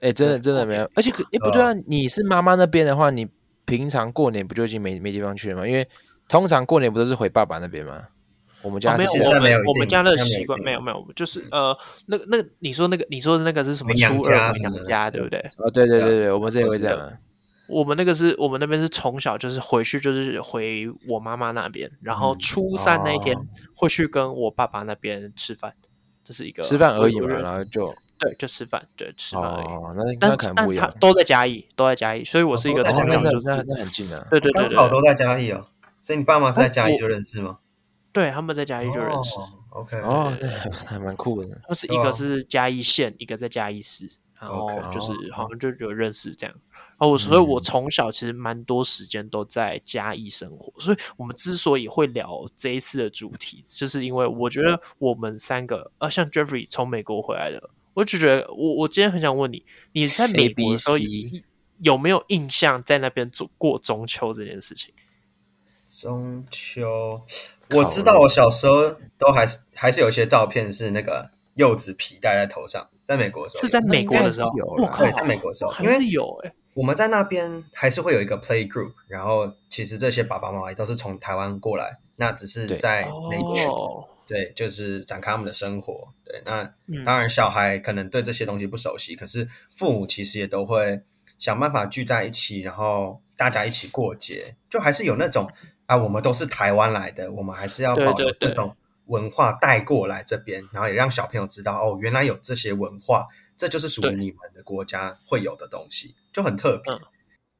Speaker 2: 哎、真的真的没有，而且可哎、不对啊，
Speaker 1: 嗯
Speaker 2: 你是妈妈那边的话，你平常过年不就已经没没地方去了吗？因为通常过年不都是回爸爸那边吗？我们
Speaker 1: 啊，
Speaker 2: 家
Speaker 1: 没
Speaker 2: 是
Speaker 1: 有，
Speaker 2: 这
Speaker 1: 我
Speaker 2: 样，
Speaker 3: 在没有
Speaker 1: 们
Speaker 3: 一定
Speaker 1: 我们家的
Speaker 3: 现在没有
Speaker 1: 习惯
Speaker 3: 一定
Speaker 1: 没有没有，就是呃，那个那个你说那个你说的那个是什么
Speaker 3: 回娘
Speaker 1: 初
Speaker 3: 家
Speaker 1: 二回
Speaker 3: 什么
Speaker 1: 娘
Speaker 3: 的
Speaker 1: 家对不对？
Speaker 2: 哦，对对
Speaker 3: 对啊
Speaker 2: 对对，我们这也
Speaker 1: 我
Speaker 2: 会
Speaker 1: 记
Speaker 2: 这样
Speaker 1: 得
Speaker 2: 啊。
Speaker 1: 我们那个是我们那边是从小就是回去就是回我妈妈那边，然后初三那一天
Speaker 2: 嗯哦
Speaker 1: 会去跟我爸爸那边吃饭，这是一个
Speaker 2: 吃饭而已
Speaker 1: 我
Speaker 2: 嘛，
Speaker 1: 我
Speaker 2: 然后就
Speaker 1: 对，就吃饭，对，吃饭而已。
Speaker 2: 哦，那那
Speaker 1: 但
Speaker 2: 可能
Speaker 1: 但
Speaker 2: 不一
Speaker 1: 他
Speaker 2: 样。
Speaker 1: 都在嘉义，都在嘉义，所以我是一个
Speaker 3: 都在
Speaker 1: 从
Speaker 2: 哦，
Speaker 3: 嘉
Speaker 2: 那
Speaker 1: 小
Speaker 3: 义
Speaker 1: 就
Speaker 2: 那
Speaker 1: 是
Speaker 2: 那那很近啊。
Speaker 1: 对对对
Speaker 3: 刚好
Speaker 1: 对
Speaker 3: 都在嘉义哦，所以你爸妈是在嘉义就认识吗？
Speaker 1: 对，他们在哎嘉义就认识，
Speaker 3: 哦 OK，
Speaker 2: 哦，那还还蛮酷的。
Speaker 1: 他们是
Speaker 3: 对
Speaker 1: 一个
Speaker 3: 啊
Speaker 1: 是嘉义县，一个在嘉义市，然后
Speaker 3: OK 哦嗯
Speaker 1: 就是好像就有认识这样。然后我所以，我从小其实蛮多时间都在嘉义生活，所以我们之所以会聊这一次的主题，就是因为我觉得我们三个，呃，像 Jeffrey 从美国回来的，我就觉得我我今天很想问你，你在美国的时候
Speaker 2: ABC
Speaker 1: 有有没有印象在那边做过中秋这件事情？
Speaker 3: 中 秋，
Speaker 2: 烤
Speaker 3: 我知道
Speaker 2: 肉
Speaker 3: 我小时候都还是还是有一些照片是那个柚子皮戴在头上，在美国的时候
Speaker 1: 是
Speaker 3: 有
Speaker 1: 在美国的时候，
Speaker 2: 应该是有
Speaker 1: 我
Speaker 2: 啦
Speaker 1: 靠
Speaker 3: 对，，在美国的时候，因
Speaker 1: 还是
Speaker 3: 为
Speaker 1: 有哎、
Speaker 3: 我们在那边还是会有一个 play group，然后其实这些爸爸妈妈也都是从台湾过来，那只是
Speaker 2: 对
Speaker 3: 在美国，
Speaker 1: 哦，
Speaker 3: 对，就是展开他们的生活，对，那
Speaker 1: 嗯
Speaker 3: 当然，小孩可能对这些东西不熟悉，可是父母其实也都会想办法聚在一起，然后大家一起过节，就还是有那种啊，我们都是台湾来的，我们还是要
Speaker 1: 对
Speaker 3: 保留
Speaker 1: 对对
Speaker 3: 这种文化带过来这边，然后也让小朋友知道哦，原来有这些文化，这就是属
Speaker 1: 对
Speaker 3: 于你们的国家会有的东西，就很特别。
Speaker 1: 嗯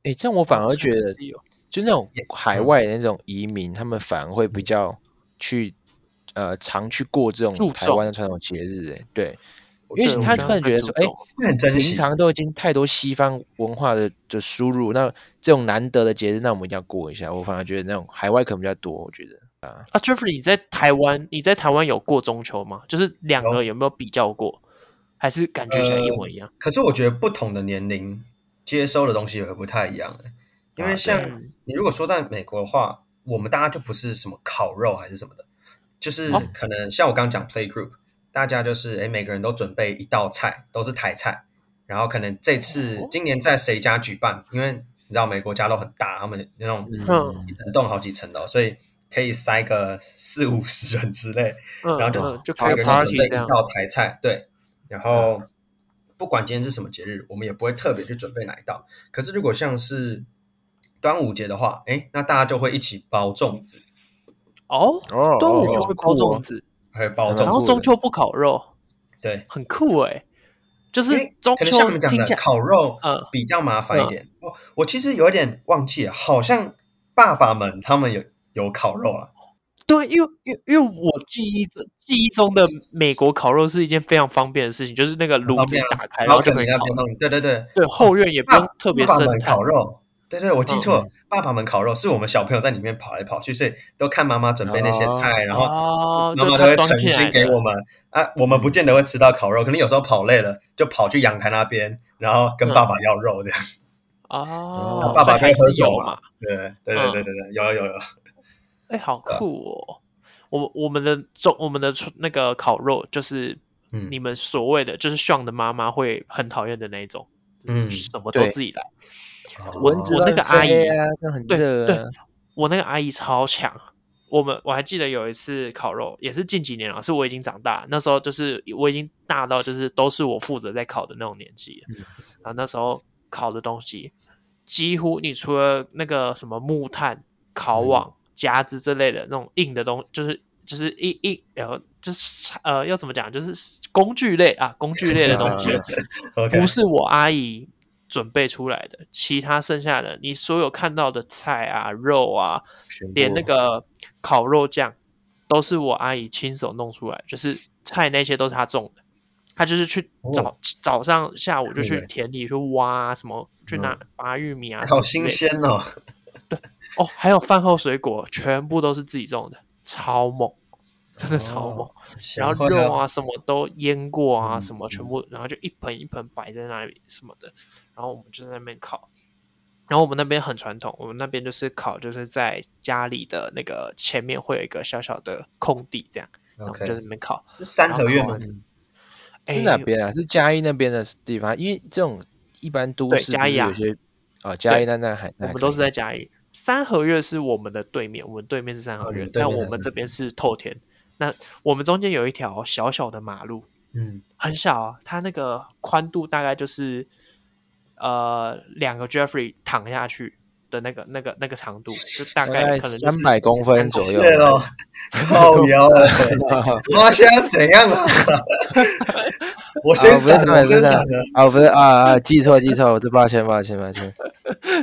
Speaker 2: 诶，这样我反而觉
Speaker 1: 还
Speaker 2: 得，
Speaker 1: 是有
Speaker 2: 就那种
Speaker 3: 也
Speaker 2: 海
Speaker 3: 嗯
Speaker 2: 外的那种移民，他们反而会
Speaker 1: 嗯
Speaker 2: 比较去呃常去过这
Speaker 1: 注
Speaker 2: 种台湾的传统节日。诶，对，因
Speaker 1: 对
Speaker 2: 为
Speaker 1: 我觉哎
Speaker 2: 他突然
Speaker 1: 很
Speaker 2: 觉得
Speaker 1: 注
Speaker 2: 说，诶，
Speaker 1: 重
Speaker 3: 会很珍
Speaker 2: 平
Speaker 3: 惜，
Speaker 2: 常都已经太多西方文化的的输入，那这种难得的节日，那我们一定要过一下。我反而觉得那种海外可能比较多，我觉得
Speaker 1: 啊，Jeffrey，你在台湾，你在台湾有过中秋吗？就是两个有没有比较过，还是感觉起来一模一样？
Speaker 3: 可是我觉得不同的年龄接收的东西也会不太一样，欸因
Speaker 2: 啊对
Speaker 3: 为呃像
Speaker 1: 嗯
Speaker 3: 你如果说在美国的话，我们大家就不是什么烤肉还是什么的，就是
Speaker 1: 哦
Speaker 3: 可能像我刚刚讲 play group，大家就是诶每个人都准备一道菜，都是台菜，然后可能这次今年在谁家举办，因为你知道美国家都很大，他们那种
Speaker 1: 嗯
Speaker 3: 一整栋好几层楼，哦所以可以塞个四五十人之类，
Speaker 1: 嗯
Speaker 3: 然后
Speaker 1: 嗯，就开
Speaker 3: 每个
Speaker 1: 个
Speaker 3: 人准
Speaker 1: party
Speaker 3: 备
Speaker 1: 这样嗯
Speaker 3: 一，道台菜，对，然后不管今天是什么节日，我们也不会特别去准备哪一道。可是如果像是端午节的话，哎，那大家就会一起包粽子，
Speaker 1: 哦，
Speaker 2: 哦，
Speaker 1: 端午
Speaker 2: 哦
Speaker 1: 就
Speaker 2: 好
Speaker 1: 会包
Speaker 2: 酷哦
Speaker 1: 粽子，
Speaker 3: 还有包
Speaker 2: 蛮
Speaker 1: 然
Speaker 3: 粽
Speaker 1: 后
Speaker 3: 子，
Speaker 2: 酷
Speaker 1: 中
Speaker 2: 的
Speaker 1: 秋不烤肉，
Speaker 3: 对，
Speaker 1: 很酷哎、就
Speaker 3: 因
Speaker 1: 是
Speaker 3: 为
Speaker 1: 中
Speaker 3: 可能像
Speaker 1: 秋
Speaker 3: 你们讲
Speaker 1: 听起
Speaker 3: 的
Speaker 1: 来，
Speaker 3: 烤肉
Speaker 1: 嗯
Speaker 3: 比较麻烦一点。我我其实有点忘记了，好像爸爸们他们有有烤肉啊，
Speaker 1: 对，因为因为因为我记忆中记忆中的美国烤肉是一件非常方便的事情，就是那个炉
Speaker 3: 方
Speaker 1: 子
Speaker 3: 便啊
Speaker 1: 打开，
Speaker 3: 然
Speaker 1: 然后
Speaker 3: 后
Speaker 1: 就
Speaker 3: 可
Speaker 1: 可
Speaker 3: 能
Speaker 1: 以
Speaker 3: 要
Speaker 1: 烤
Speaker 3: 边
Speaker 1: 了。
Speaker 3: 弄，对对对，
Speaker 1: 对，后院也不用
Speaker 3: 爸
Speaker 1: 特别
Speaker 3: 爸
Speaker 1: 生嗯
Speaker 3: 们
Speaker 1: 炭
Speaker 3: 烤。肉，对对，我记错，了，爸爸们烤肉是我们小朋友在里面跑来跑去，所以都看妈妈准备那些菜，然后
Speaker 1: 哦，
Speaker 3: 妈
Speaker 1: 就
Speaker 3: 妈都
Speaker 1: 他
Speaker 3: 会
Speaker 1: 端
Speaker 3: 呈
Speaker 1: 进来
Speaker 3: 现给
Speaker 1: 的。
Speaker 3: 我们啊，我们不见得会吃到烤肉，可能有时候跑累了就跑去阳台那边，然后
Speaker 1: 嗯
Speaker 3: 跟爸爸要肉这样，
Speaker 1: 哦，
Speaker 2: 然后
Speaker 1: 所
Speaker 3: 爸
Speaker 1: 以
Speaker 3: 爸就
Speaker 1: 还
Speaker 3: 会
Speaker 1: 是
Speaker 3: 喝酒
Speaker 1: 有
Speaker 3: 嘛
Speaker 1: 嘛。
Speaker 3: 对对
Speaker 1: 嗯
Speaker 3: 对对对对，有有有，
Speaker 1: 哎、好
Speaker 3: 对啊
Speaker 1: 酷哦！我我们的中我们的出那个烤肉，就是
Speaker 3: 嗯
Speaker 1: 你们所谓的，就是 Sean 的妈妈会很讨厌的那一种，
Speaker 3: 嗯
Speaker 1: 什么都
Speaker 2: 对
Speaker 1: 自己来。
Speaker 2: 蚊子
Speaker 1: 我那
Speaker 2: 乱
Speaker 1: 个阿姨
Speaker 2: 飞啊，这样很
Speaker 1: 对
Speaker 2: 热
Speaker 1: 对
Speaker 2: 啊。
Speaker 1: 我那个阿姨超强。我们我还记得有一次烤肉，也是近几年了，是我已经长大，那时候就是我已经大到就是都是我负责在烤的那种年纪了。然后那时候烤的东西，几乎你除了那个什么木炭、烤网、夹子之类的那种硬的东，就是就是硬硬呃，就是呃要怎么讲，就是工具类啊，工具类的东西，
Speaker 2: 啊
Speaker 3: 哦，OK，
Speaker 1: 不是我阿姨准备出来的，其他剩下的你所有看到的菜啊、肉啊，
Speaker 2: 全
Speaker 1: 连
Speaker 2: 部
Speaker 3: 哦
Speaker 1: 那个烤肉酱都是我阿姨亲手弄出来，就是菜那些都是她种的。她就是去
Speaker 3: 哦
Speaker 1: 早、早上、下午就
Speaker 3: 酷
Speaker 1: 去
Speaker 3: 欸
Speaker 1: 田里去挖什么，去拿拔玉米啊，
Speaker 3: 嗯好新鲜哦，
Speaker 1: 哦！还有饭后水果全部都是自己种的，超猛，真的
Speaker 3: 哦
Speaker 1: 超猛。然
Speaker 3: 贤
Speaker 1: 后
Speaker 3: 惠
Speaker 1: 肉
Speaker 3: 哦，
Speaker 1: 啊什么都腌过啊，
Speaker 3: 嗯
Speaker 1: 什么全部，然后就一盆一盆摆在那里什么的，然后我们就在那边烤。然后我们那边很传统，我们那边就是烤，就是在家里的那个前面会有一个小小的空地，这样，然后我
Speaker 3: OK
Speaker 1: 们就在那边烤。
Speaker 3: 是三合院吗嗯
Speaker 1: 然后烤？完
Speaker 2: 是哪
Speaker 1: 哎
Speaker 2: 边啊？是嘉义那边的地方，啊因为这种一般都
Speaker 1: 对
Speaker 2: 市
Speaker 1: 嘉
Speaker 2: 不
Speaker 1: 义
Speaker 2: 是
Speaker 1: 啊
Speaker 2: 有些哦，嘉义那那还
Speaker 1: 我
Speaker 2: 那
Speaker 1: 们
Speaker 2: 还
Speaker 1: 都
Speaker 2: 可以
Speaker 1: 是在嘉义。三合院是我们的对面，我们对面是三合
Speaker 3: 哦你
Speaker 1: 院，
Speaker 3: 们对
Speaker 1: 但
Speaker 3: 面
Speaker 1: 我
Speaker 3: 才
Speaker 1: 们
Speaker 3: 是
Speaker 1: 这边是透天。那我们中间有一条小小的马路，
Speaker 3: 嗯，
Speaker 1: 很小啊，它那个宽度大概就是呃两个 Jeffrey 躺下去的那个那个那个长度，就大
Speaker 2: 大
Speaker 1: 概
Speaker 2: 概
Speaker 1: 可能
Speaker 2: 三百公分左右啊
Speaker 3: 对。咯，靠腰 了，我现在怎样啊？我
Speaker 2: 啊，
Speaker 3: 先
Speaker 2: 不是
Speaker 3: 闪
Speaker 2: 三
Speaker 3: 了，
Speaker 2: 百，
Speaker 3: 我
Speaker 2: 不是
Speaker 3: 先
Speaker 2: 三
Speaker 3: 闪
Speaker 2: 百
Speaker 3: 了。
Speaker 1: 哦
Speaker 2: 啊，不是啊啊，记错记错，我这抱歉抱歉抱歉。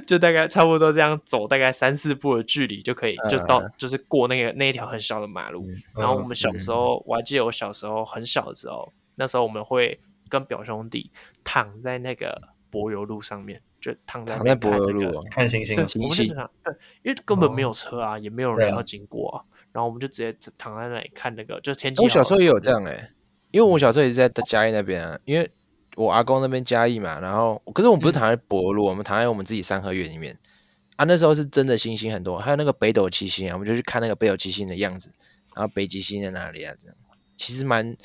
Speaker 1: 就大概差不多这样走大概三四步的距离就可以，就
Speaker 2: 嗯
Speaker 1: 到、就是过那个那一条很小的马路。然后我们
Speaker 2: 嗯
Speaker 1: 小时候，我还记得我小时候很小的时候，那时候我们会跟表兄弟躺在那个柏油路上面，就躺在
Speaker 2: 躺
Speaker 1: 那
Speaker 2: 在
Speaker 1: 边
Speaker 2: 柏
Speaker 1: 看
Speaker 2: 油
Speaker 1: 那
Speaker 2: 路
Speaker 1: 个
Speaker 2: 哦，
Speaker 3: 看星星
Speaker 1: 对，
Speaker 3: 啊，
Speaker 2: 行哦
Speaker 1: 我们就
Speaker 2: 星
Speaker 1: 是躺，对，因为根本没有车啊，也没有人
Speaker 3: 对啊
Speaker 1: 要经过啊，然后我们就直接躺在那里看那个，就天气。
Speaker 2: 我小时候也有这样，哎、因为我小时候也是在嘉义那边啊，因为我阿公那边嘉义嘛，然后可是我们不是
Speaker 1: 嗯
Speaker 2: 躺在柏油路，我们躺在我们自己三合院里面啊，那时候是真的星星很多，还有那个北斗七星啊，我们就去看那个北斗七星的样子，然后北极星在哪里啊，这样其实蛮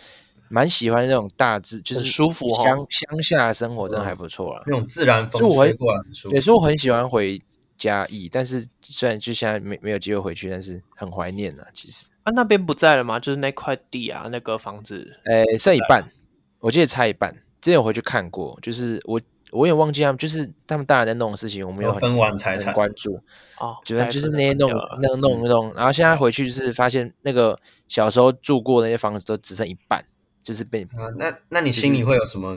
Speaker 2: 蛮喜欢那种大致，就是
Speaker 1: 很舒服哦嗯
Speaker 2: 乡乡下的生活真的还不错啊。
Speaker 3: 那种自然
Speaker 2: 就
Speaker 3: 风
Speaker 2: 我会
Speaker 3: 吹过来很舒服
Speaker 2: 也。是我很喜欢回嘉义，但是虽然就现在没没有机会回去，但是很怀念啊。其实，
Speaker 1: 啊那边不在了吗？就是那块地啊，那个房子。
Speaker 2: 呃、剩一半，我记得差一半。之前有回去看过，就是我我也忘记他们，就是他们大人在弄的事情，我们有很
Speaker 3: 哦分完财
Speaker 2: 很
Speaker 3: 产，
Speaker 2: 关注，
Speaker 1: 哦，
Speaker 2: 主要
Speaker 1: 大概
Speaker 2: 就是
Speaker 1: 分
Speaker 2: 那
Speaker 1: 得
Speaker 2: 些
Speaker 1: 很
Speaker 2: 弄
Speaker 1: 掉了
Speaker 2: 那个弄一弄，然后现在回去就是发现那个小时候住过的那些房子都只剩一半，就是被
Speaker 3: 啊，那那你心里会有什么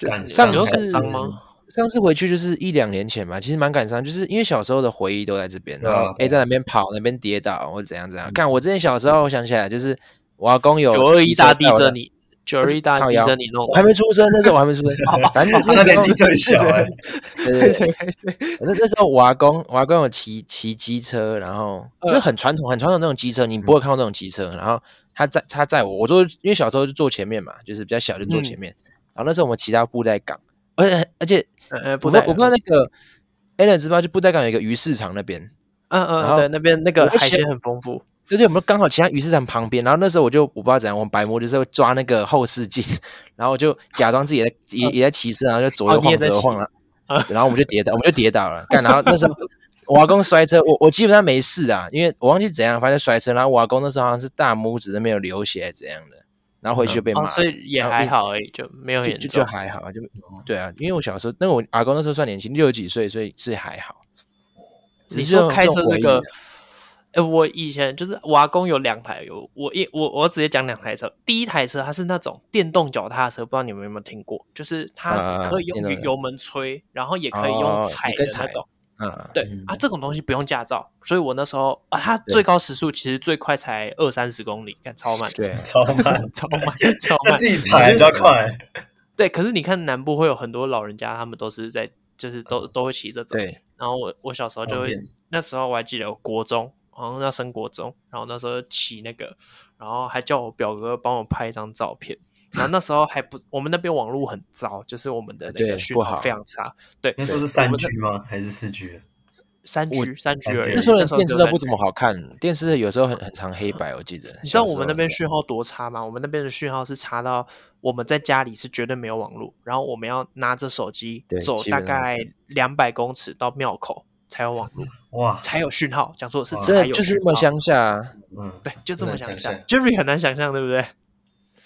Speaker 3: 感
Speaker 2: 上
Speaker 3: 伤？
Speaker 1: 你
Speaker 2: 次
Speaker 1: 说
Speaker 3: 感
Speaker 1: 是
Speaker 3: 伤
Speaker 1: 吗？
Speaker 2: 上次回去就是一两年前嘛，其实蛮感伤，就是因为小时候的回忆都在这边，
Speaker 3: 对
Speaker 2: 然
Speaker 3: 啊嗯
Speaker 2: 后
Speaker 3: 对
Speaker 2: 诶
Speaker 3: 啊
Speaker 2: 在哪边跑，哪边跌倒或者怎样怎样。看我之前小时候，我想起来就是我阿公有
Speaker 1: 九二一
Speaker 2: 骑车
Speaker 1: 大地
Speaker 2: 带我
Speaker 1: 震
Speaker 2: 到，
Speaker 1: 你，九二一大
Speaker 2: 靠
Speaker 1: 地
Speaker 2: 腰
Speaker 1: 震你 弄
Speaker 2: 我还没出生，那时候我还没 出生，
Speaker 1: 哦
Speaker 2: 反正
Speaker 3: 他
Speaker 2: 那
Speaker 3: 年
Speaker 2: 时候
Speaker 3: 纪最小哎，
Speaker 2: 对对对，那那时候我阿公我阿公有骑骑机车，然后就是很传统很传统那种机车，你不会看到那种机车，然后他载他载我，我坐因为小时候就坐前面嘛，就是比较小就坐前面，然后那时候我们骑到布袋港，而且而且。
Speaker 1: 呃，不
Speaker 2: 我
Speaker 1: 对，
Speaker 2: 我不知道那个 a l a n 知不知道，就布袋港有一个鱼市场那边，
Speaker 1: 嗯
Speaker 2: 然
Speaker 1: 嗯，
Speaker 2: 后
Speaker 1: 对，那边那
Speaker 2: 我
Speaker 1: 个
Speaker 2: 会
Speaker 1: 海
Speaker 2: 先
Speaker 1: 鲜很丰富，
Speaker 2: 就是我们刚好骑在鱼市场旁边，然后那时候我就我不知道怎样，我们白魔就是会抓那个后视镜， 然后我就假装自己也 在也也在骑车，然后就左右
Speaker 1: 哦你也
Speaker 2: 晃
Speaker 1: 在
Speaker 2: 左右
Speaker 1: 骑
Speaker 2: 晃了
Speaker 1: 啊，
Speaker 2: 然后我们就跌倒，我们就跌倒 了，干，然后那时候。我阿公摔车，我我基本上没事啊，因为我忘记怎样，反正摔车。然后我阿公那时候好像是大拇指那边有流血还是怎样的，然后回去就被骂
Speaker 1: 哦，
Speaker 2: 了。
Speaker 1: 所以也
Speaker 2: 然后
Speaker 1: 还
Speaker 2: 一
Speaker 1: 好而已，就没有
Speaker 2: 就
Speaker 1: 严
Speaker 2: 就就
Speaker 1: 重。
Speaker 2: 还好，就对啊，因为我小时候，那个我阿公那时候算年轻，六十几岁，所以所以还好。只
Speaker 1: 你
Speaker 2: 是这
Speaker 1: 说
Speaker 2: 种
Speaker 1: 开
Speaker 2: 这种
Speaker 1: 车
Speaker 2: 回
Speaker 1: 那
Speaker 2: 忆
Speaker 1: 个
Speaker 2: 啊，
Speaker 1: 呃，我以前就是我阿公有两台，有我一我我直接讲两台车。第一台车它是那种电动脚踏车，不知道你们有没有听过，就是它
Speaker 2: 啊
Speaker 1: 可以
Speaker 2: 电
Speaker 1: 用
Speaker 2: 动脚
Speaker 1: 油门吹，然后也可以
Speaker 2: 哦
Speaker 1: 用
Speaker 2: 也
Speaker 1: 踩
Speaker 2: 可
Speaker 1: 的
Speaker 2: 以
Speaker 1: 那
Speaker 2: 踩
Speaker 1: 种。
Speaker 2: 啊，
Speaker 1: 对
Speaker 3: 嗯
Speaker 1: 啊，这种东西不用驾照，所以我那时候啊，它
Speaker 2: 对
Speaker 1: 最高时速其实最快才二三十公里，看超慢，
Speaker 2: 对，
Speaker 3: 超 慢，
Speaker 1: 超慢， 超
Speaker 3: 那
Speaker 1: 慢
Speaker 3: 自。己踩比较快。
Speaker 1: 对，可是你看南部会有很多老人家，他们都是在就是都都会骑这种。
Speaker 2: 嗯对，
Speaker 1: 然后我我小时候就
Speaker 3: 方
Speaker 1: 会
Speaker 3: 便，
Speaker 1: 那时候我还记得我国中，好像要升国中，然后那时候骑那个，然后还叫我表哥帮我拍一张照片。然后那时候还不，我们那边网络很糟，就是我们的那
Speaker 2: 啊对
Speaker 1: 个讯
Speaker 2: 不
Speaker 1: 号
Speaker 2: 好
Speaker 1: 非常差。对，
Speaker 3: 那时候是
Speaker 1: 我
Speaker 3: 三
Speaker 1: 们
Speaker 3: G 吗？还是四 G？
Speaker 1: 三
Speaker 2: 我
Speaker 1: G 三 G
Speaker 3: 三
Speaker 1: 而
Speaker 3: G
Speaker 1: 已。
Speaker 2: 那时候的
Speaker 1: 只
Speaker 2: 电视
Speaker 1: 有
Speaker 2: 都
Speaker 1: 三
Speaker 2: 不
Speaker 1: G
Speaker 2: 怎么好看，电视有时候很很长黑白，我记得。
Speaker 1: 你知道
Speaker 2: 小时
Speaker 1: 我们
Speaker 2: 候
Speaker 1: 那
Speaker 2: 的
Speaker 1: 边
Speaker 2: 时
Speaker 1: 讯号多差吗？我们那边的讯号是差到我们在家里是绝对没有网络，然后我们要拿着手机
Speaker 2: 对
Speaker 1: 走
Speaker 2: 基
Speaker 1: 大
Speaker 2: 本上
Speaker 1: 概两百公尺到庙口才有网络，
Speaker 3: 哇，
Speaker 1: 才有讯号。讲错是
Speaker 3: 哇
Speaker 2: 候
Speaker 1: 才
Speaker 2: 真的
Speaker 1: 有
Speaker 2: 就是
Speaker 1: 讯
Speaker 2: 那么
Speaker 1: 号
Speaker 2: 乡下啊，
Speaker 3: 嗯，
Speaker 1: 对，就这
Speaker 3: 不
Speaker 1: 么
Speaker 3: 能
Speaker 1: 想
Speaker 3: 想
Speaker 1: 象
Speaker 3: 象
Speaker 1: ，Jeffrey 很难想象，对不对？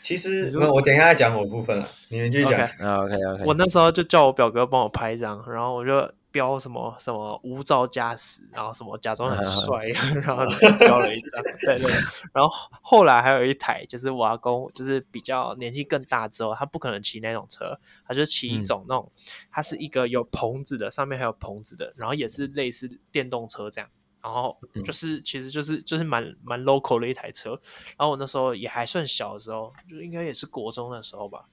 Speaker 3: 其
Speaker 1: 你
Speaker 3: 实
Speaker 1: 说
Speaker 3: 没有，我等一下再讲我部分了，你们继续讲。
Speaker 1: OK
Speaker 2: 啊，OK OK，
Speaker 1: 我那时候就叫我表哥帮我拍一张，然后我就标什么什么无照驾驶，然后什么假
Speaker 3: 啊
Speaker 1: 装很帅， 然后标了一张，对对。然后后来还有一台，就是我阿公，就是比较年纪更大之后，他不可能骑那种车，他就骑
Speaker 3: 嗯
Speaker 1: 一种那种，它是一个有棚子的，上面还有棚子的，然后也是类似电动车这样。然后就是，其实就是就是蛮蛮 local 的一台车。然后我那时候也还算小的时候，就应该也是国中的时候吧。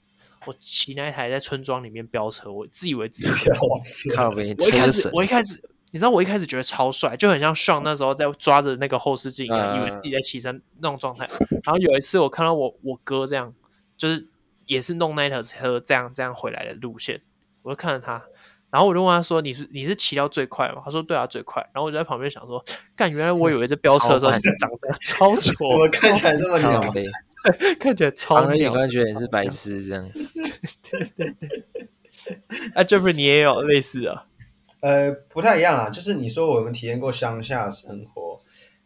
Speaker 1: 我骑那一台在村庄里面飙车，我自以为自己很
Speaker 3: 票
Speaker 1: 酷
Speaker 3: 子
Speaker 2: 靠边
Speaker 1: 我一开
Speaker 2: 车
Speaker 1: 始
Speaker 2: 神，
Speaker 1: 我一开始，你知道我一开始觉得超帅，就很像 Sean 那时候在抓着那个后视镜一样，
Speaker 2: 嗯
Speaker 1: 以为自己在骑车那种状态。然后有一次我看到我我哥这样，就是也是弄那台车这样这样回来的路线，我就看着他。然后我就问他说：“你是你是骑到最快吗？”他说：“对啊，最快。”然后我就在旁边想说：“干，原来我以为这飙车的时候
Speaker 2: 超慢
Speaker 1: 长这样， 超丑，
Speaker 3: 怎么看起来这么
Speaker 2: 靠
Speaker 3: 牛？
Speaker 2: 边，
Speaker 1: 看起来超
Speaker 2: 旁人眼
Speaker 1: 屌。”
Speaker 2: 光觉得你是白痴这样。
Speaker 1: 啊，Jeffrey，你也有类似的，
Speaker 3: 呃，不太一样啊，就是你说我们体验过乡下生活，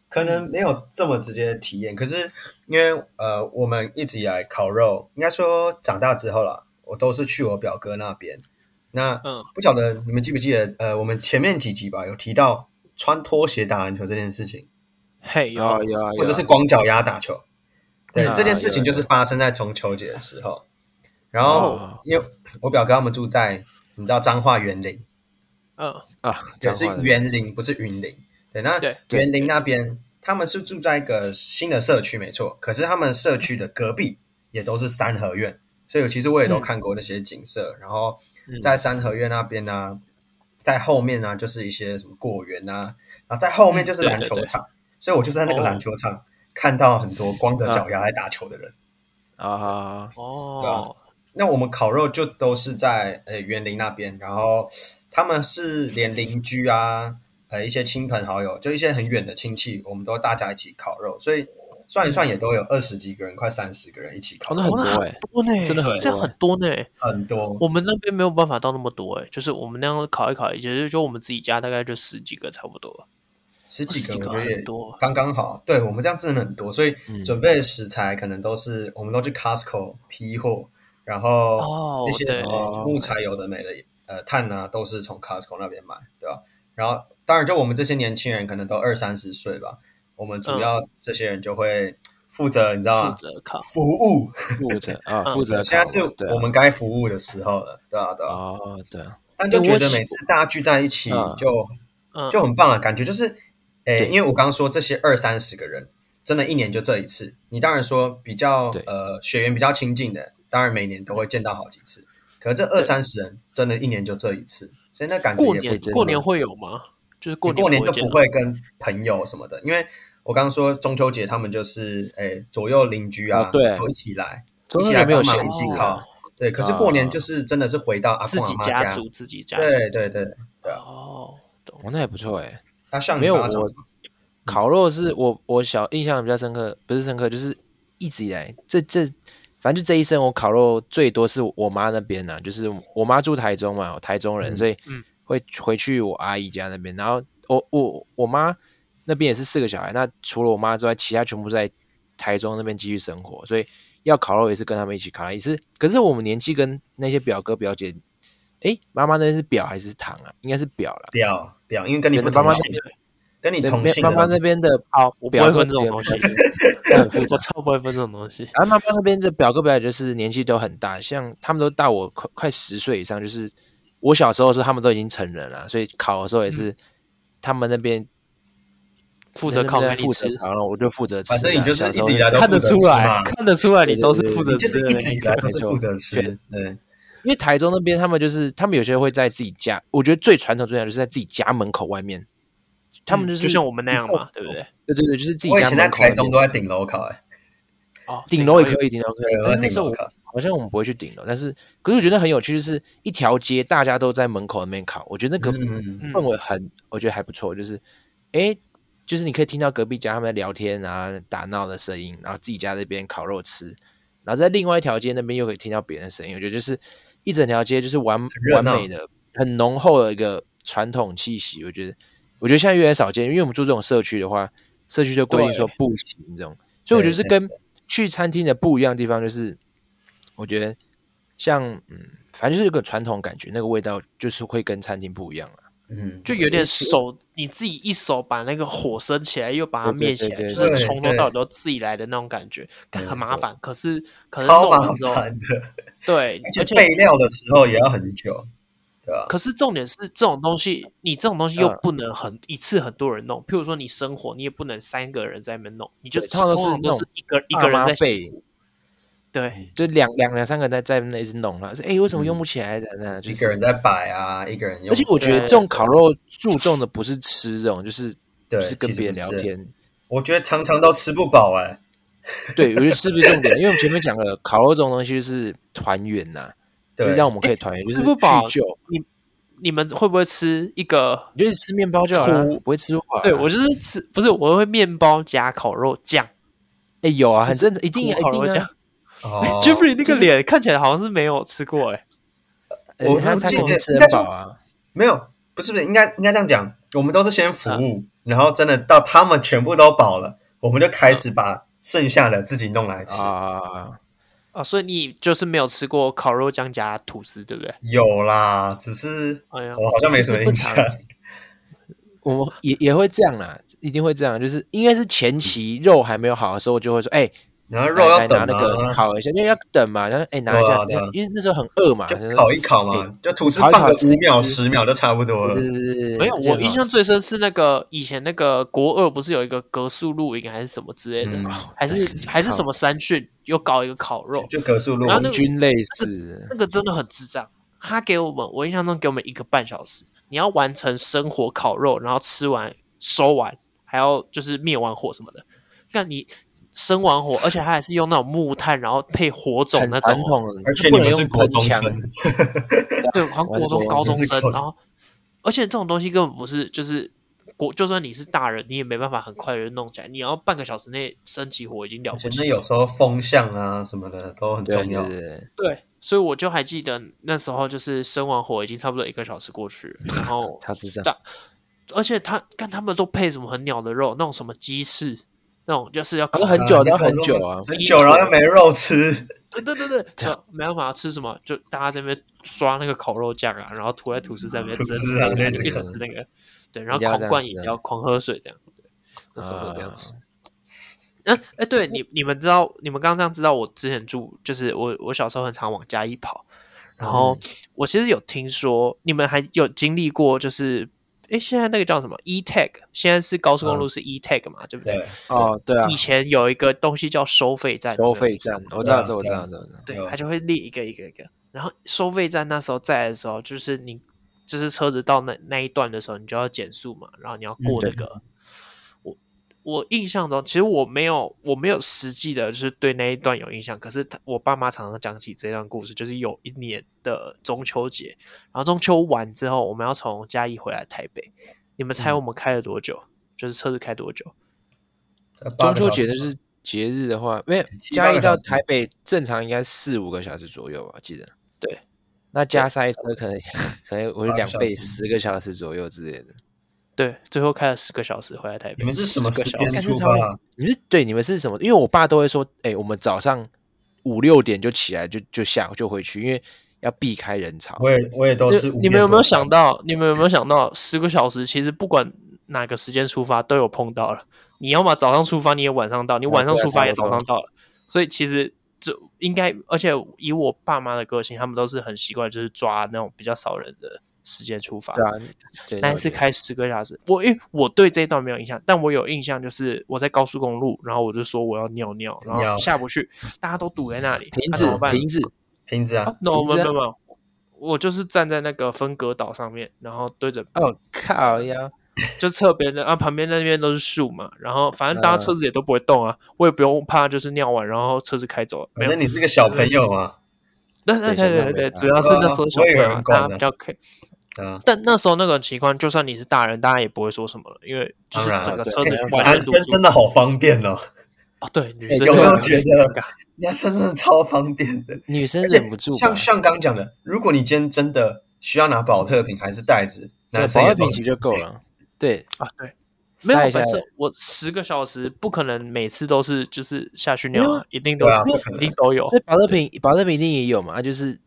Speaker 3: 可能没有这么直接的体验，可是因为呃，我们一直以来烤肉，应该说长大之后啦，我都是去我表哥那边，那
Speaker 1: 嗯
Speaker 3: 不晓得你们记不记得，呃，我们前面几集吧有提到穿拖鞋打篮球这件事情，
Speaker 1: 嘿
Speaker 2: 有
Speaker 1: 有
Speaker 2: 啊有啊，有
Speaker 3: 或者
Speaker 2: 啊
Speaker 3: 是光脚丫打球。对
Speaker 2: 嗯，
Speaker 3: 这件事情就是发生在中秋节的时候。然后
Speaker 2: 哦，
Speaker 3: 因为我表哥他们住在你知道彰化园林，
Speaker 1: 嗯
Speaker 2: 啊，
Speaker 3: 对，
Speaker 2: 讲
Speaker 3: 是
Speaker 2: 话了
Speaker 3: 园林，不是云林。对，那
Speaker 1: 对
Speaker 2: 对
Speaker 3: 园林那边他们是住在一个新的社区，没错。可是他们社区的隔壁也都是三合院，所以其实我也都看过那些景色。
Speaker 1: 嗯
Speaker 3: 然后在三合院那边呢、在后面呢、就是一些什么果园啊，然后在后面就是
Speaker 1: 嗯对
Speaker 3: 篮球
Speaker 1: 对对
Speaker 3: 场，所以我就在那个
Speaker 1: 哦
Speaker 3: 篮球场、看到很多光着脚丫来打球的人。
Speaker 2: 啊，
Speaker 1: 哦，
Speaker 3: 那我们烤肉就都是在呃园林那边，然后他们是连邻居啊，呃一些亲朋好友，就一些很远的亲戚，我们都大家一起烤肉，所以算一算也都有二十几个人，快三十个人一起
Speaker 2: 考
Speaker 3: 烤
Speaker 2: 的
Speaker 3: 肉，
Speaker 2: 很
Speaker 1: 哇
Speaker 2: 多哎，
Speaker 1: 多呢，
Speaker 2: 真的很
Speaker 1: 这样
Speaker 2: 多
Speaker 1: 哦很多呢。
Speaker 3: 很多。
Speaker 1: 我们那边没有办法到那么多哎、就是我们那样烤一烤，也就是就我们自己家大概就十几个差不多。
Speaker 3: 十几个，
Speaker 1: 十几
Speaker 3: 我
Speaker 1: 个
Speaker 3: 觉得
Speaker 1: 很
Speaker 3: 也
Speaker 1: 多
Speaker 3: 刚刚好。对我们这样真的很多，所以
Speaker 2: 嗯
Speaker 3: 准备的食材可能都是我们都去 Costco 批货，然后
Speaker 1: 哦
Speaker 3: 那些
Speaker 1: 对
Speaker 3: 什么木材有的没的，呃，碳啊都是从 Costco 那边买，对吧？然后当然就我们这些年轻人可能都二三十岁吧，我们主
Speaker 2: 嗯
Speaker 3: 要这些人就会负责，你知道
Speaker 1: 负
Speaker 3: 吗？
Speaker 1: 责烤，
Speaker 3: 服务，
Speaker 2: 负责啊
Speaker 1: 嗯
Speaker 2: 负责考嘛，
Speaker 3: 现在是
Speaker 2: 对
Speaker 3: 我们该服务的时候了，对啊，对啊。
Speaker 2: 啊哦对啊，
Speaker 3: 但就
Speaker 1: 因为
Speaker 3: 觉
Speaker 1: 我
Speaker 3: 得
Speaker 1: 喜
Speaker 3: 每次大家聚在一起
Speaker 2: 嗯
Speaker 3: 就
Speaker 1: 嗯，
Speaker 3: 就很棒啊，感觉就是，诶、
Speaker 2: 对
Speaker 3: 因为我刚刚说这些二三十个人，真的，一年就这一次。你当然说比较
Speaker 2: 对
Speaker 3: 呃血缘比较亲近的，当然每年都会见到好几次。可这二三十人真的，一年就这一次，所以那感觉
Speaker 1: 过
Speaker 3: 也不
Speaker 1: 年
Speaker 2: 真的
Speaker 1: 过年会有吗？就是过
Speaker 3: 你过年
Speaker 1: 年
Speaker 3: 就
Speaker 1: 见
Speaker 3: 不
Speaker 1: 到
Speaker 3: 会跟朋友什么的，因为我刚刚说中秋节他们就是诶、左右邻居啊，
Speaker 2: 哦对
Speaker 3: 都一起来，
Speaker 2: 中
Speaker 3: 一
Speaker 2: 间
Speaker 3: 起
Speaker 2: 有
Speaker 3: 来
Speaker 2: 没有
Speaker 3: 帮
Speaker 2: 限
Speaker 3: 忙一
Speaker 2: 制
Speaker 3: 起
Speaker 2: 啊
Speaker 3: 烤？对，可是过年就是真的是回到阿
Speaker 1: 自
Speaker 3: 公阿
Speaker 1: 己
Speaker 3: 啊妈
Speaker 1: 家族自己家族
Speaker 3: 对对对，对啊
Speaker 1: 哦，懂
Speaker 2: 哦那也不错哎，
Speaker 3: 那像你
Speaker 2: 没有
Speaker 3: 刚刚讲
Speaker 2: 我
Speaker 3: 什么
Speaker 2: 烤肉是我我小印象比较深刻，不是深刻，就是一直以来这这，反正就这一生我烤肉最多是我妈那边啊，就是我妈住台中嘛，我台中人，
Speaker 3: 嗯
Speaker 2: 所以
Speaker 1: 嗯
Speaker 2: 会回去我阿姨家那边。然后我我我妈那边也是四个小孩，那除了我妈之外，其他全部在台中那边继续生活，所以要烤肉也是跟他们一起烤，也是。可是我们年纪跟那些表哥表姐，诶，妈妈那边是表还是堂啊？应该是表啦。
Speaker 3: 表表，因为跟你
Speaker 2: 对
Speaker 3: 不
Speaker 2: 那妈妈
Speaker 3: 同姓，跟你
Speaker 2: 对
Speaker 3: 同
Speaker 2: 没
Speaker 3: 姓
Speaker 2: 妈
Speaker 3: 的
Speaker 2: 妈
Speaker 3: 都
Speaker 2: 那
Speaker 3: 是
Speaker 2: 边的
Speaker 1: 好，我不
Speaker 2: 表
Speaker 1: 会
Speaker 2: 哥
Speaker 1: 分这种
Speaker 2: 表
Speaker 1: 东西
Speaker 2: 姐， 很复杂
Speaker 1: 我 超不会分这种东西。
Speaker 2: 然后妈妈那边的表哥表姐就是年纪都很大，像他们都大我快快十岁以上，就是我小时候的时候他们都已经成人了，所以考的时候也是、他们那边
Speaker 1: 嗯负
Speaker 2: 那
Speaker 1: 责
Speaker 2: 边
Speaker 1: 烤
Speaker 2: 在
Speaker 1: 给你
Speaker 2: 负责
Speaker 1: 吃
Speaker 2: 烤，然后我就负责吃啊。
Speaker 3: 反正你就是
Speaker 2: 小时候
Speaker 3: 一直以
Speaker 2: 这
Speaker 3: 来都
Speaker 2: 样
Speaker 1: 看得
Speaker 3: 负责
Speaker 1: 出
Speaker 3: 吃
Speaker 1: 来
Speaker 3: 嘛，
Speaker 1: 看得出来，你都是负责
Speaker 3: 你就是
Speaker 1: 吃
Speaker 3: 一
Speaker 1: 的
Speaker 3: 直
Speaker 1: 那
Speaker 3: 以
Speaker 1: 一
Speaker 3: 来
Speaker 1: 个。
Speaker 3: 都是负责吃，对，
Speaker 2: 因为台中那边他们就是他们有些会在自己家，我觉得最传统最传统就是在自己家门口外面，他们
Speaker 1: 嗯
Speaker 2: 就是、
Speaker 1: 就像我们那样嘛，对不对？
Speaker 2: 对对对，就是自己
Speaker 3: 我以
Speaker 2: 家
Speaker 3: 前
Speaker 2: 门
Speaker 3: 在
Speaker 2: 口外
Speaker 3: 台
Speaker 2: 面
Speaker 3: 中都在顶楼烤，哎，
Speaker 1: 哦，
Speaker 2: 顶楼也
Speaker 1: 以。
Speaker 2: 可以，顶楼可以
Speaker 3: 对。
Speaker 2: 但是那
Speaker 3: 我在
Speaker 2: 时
Speaker 3: 顶
Speaker 2: 候
Speaker 3: 楼
Speaker 2: 我
Speaker 3: 烤，
Speaker 2: 好像我们不会去顶楼，但是可是我觉得很有趣，就是一条街大家都在门口那边烤，我觉得那个
Speaker 3: 嗯，
Speaker 2: 氛围很，我觉得还不错。就是，哎，就是你可以听到隔壁家他们在聊天啊、打闹的声音，然后自己家那边烤肉吃，然后在另外一条街那边又可以听到别人的声音。我觉得就是一整条街就是完
Speaker 3: 热
Speaker 2: 完
Speaker 3: 闹
Speaker 2: 美的、很浓厚的一个传统气息。我觉得，我觉得现在越来越少见，因为我们住这种社区的话，社区就规定说不行这种。所以我觉得是
Speaker 3: 对
Speaker 2: 跟去餐厅的不一样的地方，就是我觉得像嗯，反正就是有个传统感觉，那个味道就是会跟餐厅不一样了。啊
Speaker 3: 嗯，
Speaker 1: 就有点手，你自己一手把那个火升起来，又把它
Speaker 2: 对对
Speaker 1: 灭
Speaker 2: 对
Speaker 1: 起来，
Speaker 2: 对
Speaker 1: 就是
Speaker 3: 对
Speaker 1: 从头到尾都自己来的那种感觉，干很麻烦。可是可能
Speaker 3: 超
Speaker 1: 弄
Speaker 3: 麻
Speaker 1: 完之后，
Speaker 3: 烦 的，
Speaker 1: 对，而
Speaker 3: 而且备
Speaker 1: 且
Speaker 3: 料的时候也要很久，对吧？
Speaker 1: 可是重点是这种东西，你这种东西又
Speaker 2: 嗯
Speaker 1: 不能很一次很多人弄。譬如说你生火，你也不能三个人在那边弄，你就
Speaker 2: 对
Speaker 1: 通
Speaker 2: 通常都是
Speaker 1: 常都
Speaker 2: 那
Speaker 1: 是
Speaker 2: 种
Speaker 1: 一个一
Speaker 2: 爸
Speaker 1: 个人
Speaker 2: 妈
Speaker 1: 在
Speaker 2: 辈
Speaker 1: 对
Speaker 2: 就两两两三个人在在那一直弄了，说哎、诶为什么用不起来的呢？就
Speaker 3: 一
Speaker 2: 是
Speaker 3: 个人在摆啊，一个人用，
Speaker 2: 而且我觉得
Speaker 1: 对
Speaker 2: 这种烤肉注重的不是吃这种，就是就
Speaker 3: 对
Speaker 2: 是跟
Speaker 3: 其实
Speaker 2: 别人
Speaker 3: 不
Speaker 2: 聊
Speaker 3: 是
Speaker 2: 天。
Speaker 3: 我觉得常常都吃不饱，哎，
Speaker 2: 对，我觉得吃不是重点，因为我们前面讲了，烤肉这种东西就是团圆呐、就是
Speaker 3: 对，
Speaker 2: 让我们可以团圆，就是
Speaker 1: 吃不饱
Speaker 2: 叙旧，
Speaker 1: 你你们会不会吃一 个？
Speaker 2: 你就是吃面包就好了
Speaker 1: 糊，
Speaker 2: 不会吃不饱啊。
Speaker 1: 对我就是吃，不是我会面包夹烤肉酱，
Speaker 2: 哎、有啊，很
Speaker 1: 是
Speaker 2: 正常，一定啊，
Speaker 1: 烤
Speaker 2: 一
Speaker 1: 肉
Speaker 2: 定
Speaker 1: 酱
Speaker 2: 啊。。
Speaker 3: 哦
Speaker 1: Jeffrey 那个脸看起来好像是没有吃过哎、
Speaker 2: 呃
Speaker 3: 我
Speaker 2: 他
Speaker 3: 我
Speaker 2: 他
Speaker 3: 记
Speaker 2: 可能
Speaker 3: 得
Speaker 2: 吃
Speaker 3: 应
Speaker 2: 很
Speaker 3: 该说
Speaker 2: 饱啊，
Speaker 3: 没有，不是不是，应该应该这样讲，我们都是先
Speaker 2: 啊
Speaker 3: 服务，然后真的到他们全部都饱了，我们就开始把剩下的自己弄来吃。
Speaker 2: 啊，
Speaker 1: 啊，所以你就是没有吃过烤肉酱加吐司，对不对？
Speaker 4: 有啦，只是
Speaker 1: 哎呀
Speaker 2: 哦
Speaker 4: 哦我好像没什么印象
Speaker 1: 就是。
Speaker 2: 我们也也会这样啦，一定会这样，就是应该是前期肉还没有好的时候，就会说，哎、
Speaker 4: 然后
Speaker 2: 来
Speaker 4: 肉要
Speaker 2: 来
Speaker 4: 等
Speaker 2: 拿那个
Speaker 4: 啊，
Speaker 2: 烤一下，因为要等嘛，然后哎、拿一
Speaker 4: 对
Speaker 2: 下
Speaker 4: 啊，对啊
Speaker 2: 因为那时候很饿嘛，
Speaker 4: 就
Speaker 2: 就是
Speaker 4: 烤一烤嘛
Speaker 2: 哎，
Speaker 4: 就吐司
Speaker 2: 烤一
Speaker 4: 放
Speaker 2: 烤
Speaker 4: 个
Speaker 2: 吃
Speaker 4: 五秒
Speaker 2: 吃
Speaker 4: 十秒就差不多
Speaker 2: 哎
Speaker 4: 了。
Speaker 2: 对对对对对，
Speaker 1: 没有，
Speaker 2: 这
Speaker 1: 我
Speaker 2: 很
Speaker 1: 印
Speaker 2: 好
Speaker 1: 象
Speaker 2: 吃
Speaker 1: 最深是那个以前那个国二不是有一个格数露营还是什么之类的，
Speaker 4: 嗯，
Speaker 1: 还是还是什么山训有搞一个烤肉，
Speaker 4: 就格数路
Speaker 1: 然，后那
Speaker 2: 红
Speaker 1: 个
Speaker 2: 军类似，
Speaker 1: 那个真的很智障。他给我们，我印象中给我们一个半小时，你要完成生火烤肉，然后吃完、收完，还要就是灭完火什么的。看你生完火，而且他还是用那种木炭，然后配火种
Speaker 2: 很
Speaker 1: 那
Speaker 2: 传
Speaker 1: 种哦，
Speaker 2: 统的，
Speaker 4: 而且
Speaker 2: 就
Speaker 4: 你
Speaker 2: 不能
Speaker 4: 们是
Speaker 2: 用
Speaker 4: 国
Speaker 2: 喷
Speaker 4: 中
Speaker 2: 枪，啊
Speaker 4: 生，
Speaker 1: 对，好像
Speaker 2: 我
Speaker 1: 国
Speaker 2: 还是
Speaker 1: 中
Speaker 2: 国
Speaker 1: 高中
Speaker 4: 中
Speaker 1: 生
Speaker 4: 是国，
Speaker 1: 然后而且这种东西根本不是就是国，就算你是大人，你也没办法很快就弄起来，你要半个小时内升起火已经了
Speaker 4: 而
Speaker 1: 不
Speaker 4: 且
Speaker 1: 起
Speaker 4: 那
Speaker 1: 了。
Speaker 4: 有时候风向啊什么的都很
Speaker 2: 对
Speaker 4: 重
Speaker 2: 对
Speaker 4: 要。
Speaker 2: 对对，
Speaker 1: 对，所以我就还记得那时候就是生完火已经差不多一个小时过去了，然 后
Speaker 2: 超智障
Speaker 1: 大，而且他看他们都配什么很鸟的肉，那种什么鸡翅，那种就是要
Speaker 2: 烤
Speaker 1: 烤
Speaker 2: 了很
Speaker 4: 啊
Speaker 2: 久，
Speaker 4: 你
Speaker 2: 然后
Speaker 4: 烤
Speaker 2: 很
Speaker 4: 肉
Speaker 2: 久啊，
Speaker 4: 很久然后又没肉吃，
Speaker 1: 对对对对，就没办法吃什么，就大家在那边刷那个烤肉酱啊，然后涂在吐司上面
Speaker 4: 吐
Speaker 1: 蒸，
Speaker 4: 司啊
Speaker 1: 然后
Speaker 4: 对
Speaker 1: 一直
Speaker 4: 这
Speaker 1: 一
Speaker 4: 个
Speaker 1: 直吃那个，对，然后
Speaker 2: 一定要
Speaker 1: 狂
Speaker 2: 这样
Speaker 1: 灌
Speaker 2: 吃
Speaker 1: 饮
Speaker 2: 啊
Speaker 1: 料，狂喝水这样，对，那时候都这样
Speaker 2: 啊
Speaker 1: 吃。哎、哎、对你你们知道，你们刚刚这样知道，我之前住就是我我小时候很常往嘉义跑，然后
Speaker 2: 嗯
Speaker 1: 我其实有听说你们还有经历过，就是哎现在那个叫什么 E tag，现在是高速公路是 E tag 嘛，对不
Speaker 4: 嗯
Speaker 1: 对？
Speaker 4: 对，
Speaker 2: 哦，对啊
Speaker 1: 以，前有一个东西叫收费站，
Speaker 2: 收
Speaker 1: 对不对
Speaker 2: 费站，我知
Speaker 4: 对啊
Speaker 2: 道，这我知
Speaker 4: 对啊
Speaker 2: 道，这我知道，
Speaker 1: 对
Speaker 4: 有，
Speaker 1: 他就会列一个一个一个。然后收费站那时候在的时候，就是你就是车子到那那一段的时候，你就要减速嘛，然后你要
Speaker 4: 嗯
Speaker 1: 过那个。我我印象中，其实我没有我没有实际的，就是对那一段有印象。可是他我爸妈常常讲起这段故事，就是有一年的中秋节，然后中秋完之后，我们要从嘉义回来台北。你们
Speaker 4: 嗯
Speaker 1: 猜我们开了多久？就是车子开多久？
Speaker 2: 中
Speaker 4: 八个
Speaker 2: 秋
Speaker 4: 小
Speaker 2: 节
Speaker 4: 时
Speaker 2: 就是节日的话，没有
Speaker 4: 七八
Speaker 2: 嘉义
Speaker 4: 个小
Speaker 2: 到
Speaker 4: 时
Speaker 2: 台北正常应该四五个小时左右吧，我记得。
Speaker 1: 对，
Speaker 2: 那加塞车可能 可能
Speaker 4: 八
Speaker 2: 我是
Speaker 4: 个
Speaker 2: 两
Speaker 4: 小
Speaker 2: 倍，
Speaker 4: 时
Speaker 2: 十个小时左右之类的。
Speaker 1: 对，最后开了十个小时回来台北。
Speaker 4: 你们是什么
Speaker 1: 10个
Speaker 4: 时
Speaker 1: 小
Speaker 4: 间
Speaker 1: 时
Speaker 2: 应该是
Speaker 4: 出
Speaker 2: 差不多
Speaker 4: 发啊？
Speaker 2: 你是对你们是什么？因为我爸都会说，哎、我们早上五六点就起来就就下就回去，因为要避开人潮。
Speaker 4: 我也我也都
Speaker 1: 就是
Speaker 4: 五
Speaker 1: 你
Speaker 4: 点
Speaker 1: 们有没有
Speaker 4: 多
Speaker 1: 想
Speaker 4: 到？
Speaker 1: 到？你们有没有想到，十个小时其实不管哪个时间出发都有碰到了。你要么早上出发，你也晚上到；你
Speaker 2: 啊
Speaker 1: 晚上
Speaker 2: 对啊
Speaker 1: 出发
Speaker 2: 差
Speaker 1: 也
Speaker 2: 不
Speaker 1: 早
Speaker 2: 多
Speaker 1: 上到了。所以其实这应该，而且以我爸妈的个性，他们都是很习惯，就是抓那种比较少人的时间出发。
Speaker 2: 对啊，对
Speaker 1: 那一次，开十个小时，我因为我对这一段没有印象，但我有印象就是我在高速公路，然后我就说我要尿尿，然后
Speaker 4: 尿
Speaker 1: 下不去，大家都堵在那里，
Speaker 2: 停
Speaker 1: 那
Speaker 2: 止
Speaker 1: 怎么办？
Speaker 2: 停止，
Speaker 4: 瓶子啊
Speaker 1: 啊，no，
Speaker 2: 你
Speaker 1: 没有
Speaker 2: 知
Speaker 1: 没
Speaker 2: 道
Speaker 1: 有没有，我就是站在那个分隔岛上面，然后对着
Speaker 2: 哦靠呀！
Speaker 1: 就侧边的啊，旁边那边都是树嘛，然后反正
Speaker 4: 嗯
Speaker 1: 大家车子也都不会动啊，我也不用怕就是尿完然后车子开走了，没
Speaker 4: 反
Speaker 1: 有。
Speaker 4: 正你是个小朋友嘛，
Speaker 1: 对对
Speaker 2: 对小
Speaker 1: 对对
Speaker 2: 朋友
Speaker 1: 对，
Speaker 2: 没
Speaker 1: 主要是那时候小朋
Speaker 4: 对啊我
Speaker 1: 友
Speaker 4: 以为
Speaker 1: 啊
Speaker 4: 很管
Speaker 1: 大家
Speaker 4: 的
Speaker 1: 比较可以，
Speaker 4: 对啊，
Speaker 1: 但那时候那种情况，就算你是大人，大家也不会说什么了，因为就是
Speaker 4: 当然啊
Speaker 1: 整个
Speaker 2: 对
Speaker 1: 车子
Speaker 2: 哎
Speaker 1: 完全
Speaker 4: 男生
Speaker 1: 堵住
Speaker 4: 真的好方便哦，
Speaker 1: 哦，对，女
Speaker 4: 哎
Speaker 1: 生
Speaker 4: 有没
Speaker 1: 真的
Speaker 4: 有
Speaker 1: 很
Speaker 4: 觉
Speaker 1: 尴尬
Speaker 4: 男生真的超方便的。
Speaker 2: 女生
Speaker 4: 而且
Speaker 2: 忍不住吧
Speaker 4: 像，像刚讲的，如果你今天真的需要拿保特瓶还是袋子，
Speaker 2: 对
Speaker 4: 男生
Speaker 2: 保
Speaker 4: 也
Speaker 2: 温
Speaker 4: 都
Speaker 2: 瓶其实就够了。对，
Speaker 1: 啊？对，没有
Speaker 2: 晒一，下
Speaker 1: 本身我十个小时不可能每次都是就是下去
Speaker 2: 没
Speaker 1: 尿
Speaker 2: 有
Speaker 1: 啊，一定都
Speaker 4: 对
Speaker 1: 是
Speaker 4: 啊不可
Speaker 1: 一
Speaker 4: 能
Speaker 1: 定都有
Speaker 2: 所，以保乐瓶保乐瓶一定也有嘛，啊就是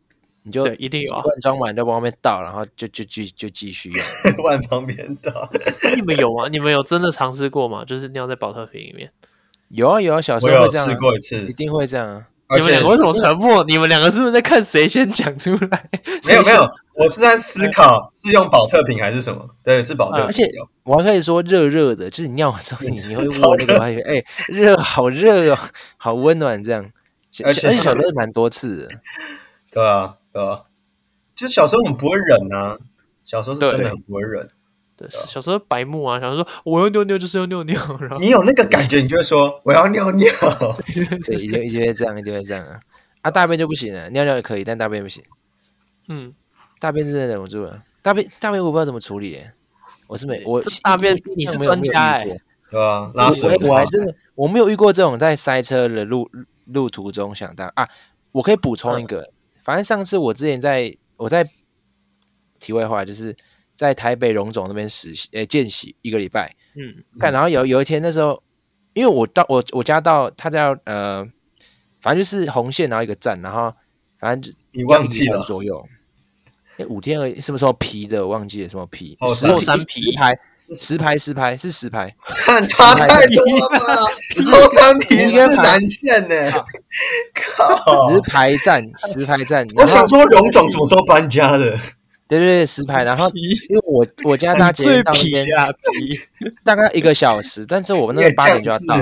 Speaker 2: 你就
Speaker 1: 对，一定有啊
Speaker 2: 一。罐装完就往外面倒，然后就就就就继续用。
Speaker 4: 万方便 到。
Speaker 1: 你们有吗？你们有真的尝试过吗？就是尿在保特瓶里面。
Speaker 2: 有啊有啊，小时
Speaker 4: 我
Speaker 2: 候
Speaker 4: 有
Speaker 2: 会这样啊、
Speaker 4: 试过一
Speaker 2: 一
Speaker 4: 次，
Speaker 2: 定会这样啊。
Speaker 4: 而
Speaker 1: 你们
Speaker 4: 且
Speaker 1: 两个为什么沉默？你们两个是不是在看谁先讲出来？
Speaker 4: 没有
Speaker 1: 谁
Speaker 4: 没
Speaker 1: 先
Speaker 4: 有，我是在思考是用保特瓶还是什么？对，是保特瓶。
Speaker 2: 啊而且我还可以说热热的，就是你尿完之后你你会
Speaker 4: 超
Speaker 2: 握 那个，我还以为哎热好热哦，好温暖这样。小
Speaker 4: 而
Speaker 2: 小
Speaker 4: 且
Speaker 2: 而且小时候蛮 多次的，
Speaker 4: 对啊对啊，就小时候很不会忍啊，小时候是
Speaker 1: 对
Speaker 4: 真的很不会忍。
Speaker 1: 对，小时候白目啊，想说我要尿尿就是要尿 尿，然后
Speaker 4: 你有那个感觉，你就会说我要尿尿。
Speaker 2: 对，一定一定会这样，一定会这样啊。啊，大便就不行了，尿尿也可以，但大便不行，
Speaker 1: 嗯，
Speaker 2: 大便真的忍不住了。大便大便我不知道怎么处理耶、我是没我
Speaker 1: 大便你是专家哎
Speaker 2: 哎、
Speaker 4: 对啊，
Speaker 2: 我
Speaker 4: 拉屎
Speaker 2: 我我还真的我没有遇过这种在塞车的路路途中想到啊，我可以补充一个，反正上次我之前在我在题外话，就是在台北荣总那边实习呃见习一个礼拜，
Speaker 1: 嗯，
Speaker 2: 干，然后有有一天那时候，因为我到我我家到他家呃反正就是红线，然后一个站，然后反正就
Speaker 3: 你忘记了
Speaker 2: 1.5左右。哎，五天而已，什么时候皮的？我忘记了什么皮？
Speaker 3: 哦
Speaker 2: 十
Speaker 1: 十六三皮
Speaker 2: 十排，十排，十排是十排。
Speaker 3: 看差太多 了吧？洛杉矶是南线
Speaker 2: 啊
Speaker 3: 呢，靠！
Speaker 2: 石牌站，石牌站。
Speaker 3: 哦我
Speaker 2: 然后
Speaker 3: 想说荣总什么时候搬家的？
Speaker 2: 对对对，石牌。然后因为我我家搭捷
Speaker 1: 最
Speaker 2: 运到那
Speaker 1: 皮
Speaker 2: 边
Speaker 1: 啊皮，
Speaker 2: 大概一个小时，但是我 们那个八点就要到。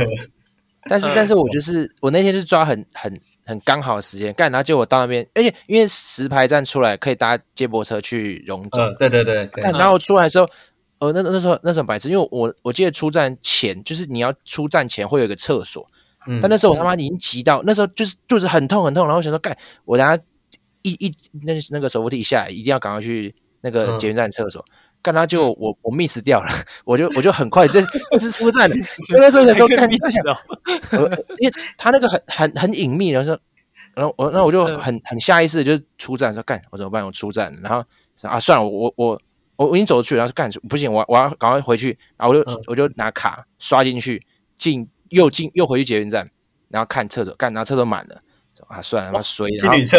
Speaker 2: 但是
Speaker 1: 嗯
Speaker 2: 但是我就是我那天就是抓很很很刚好的时间干，然后结果到那边，而且因为石牌站出来可以搭接驳车去荣总，
Speaker 3: 嗯，对对对对
Speaker 2: 干，然后我出来的时候。呃，那那时候那时候很白痴，因为我我记得出站前就是你要出站前会有一个厕所，
Speaker 3: 嗯
Speaker 2: 但那时候我他妈已经急到，那时候就是肚子很痛很痛，然后我想说，干，我等下一一那那个手扶梯一下来，一定要赶快去那个
Speaker 3: 嗯
Speaker 2: 捷运站厕所。干，他就我我 miss 掉了， 我就我就很快这这是出 站了。我那时候想说， 干，你想，我呃因为他那个很很很隐秘，然后说，然后我那我就
Speaker 1: 嗯
Speaker 2: 很很下意识地就是出站说，干，我怎么办？我出站了，然后想啊，算了，我我我我已经走出去了，然后说干不行，我我要赶快回去，然后我就、
Speaker 3: 嗯
Speaker 2: 我就拿卡刷进去，进又进又回去捷运站，然后看厕所，干，然后厕所满了，说啊，算了，他妈衰，
Speaker 3: 去
Speaker 2: 然后
Speaker 3: 女厕，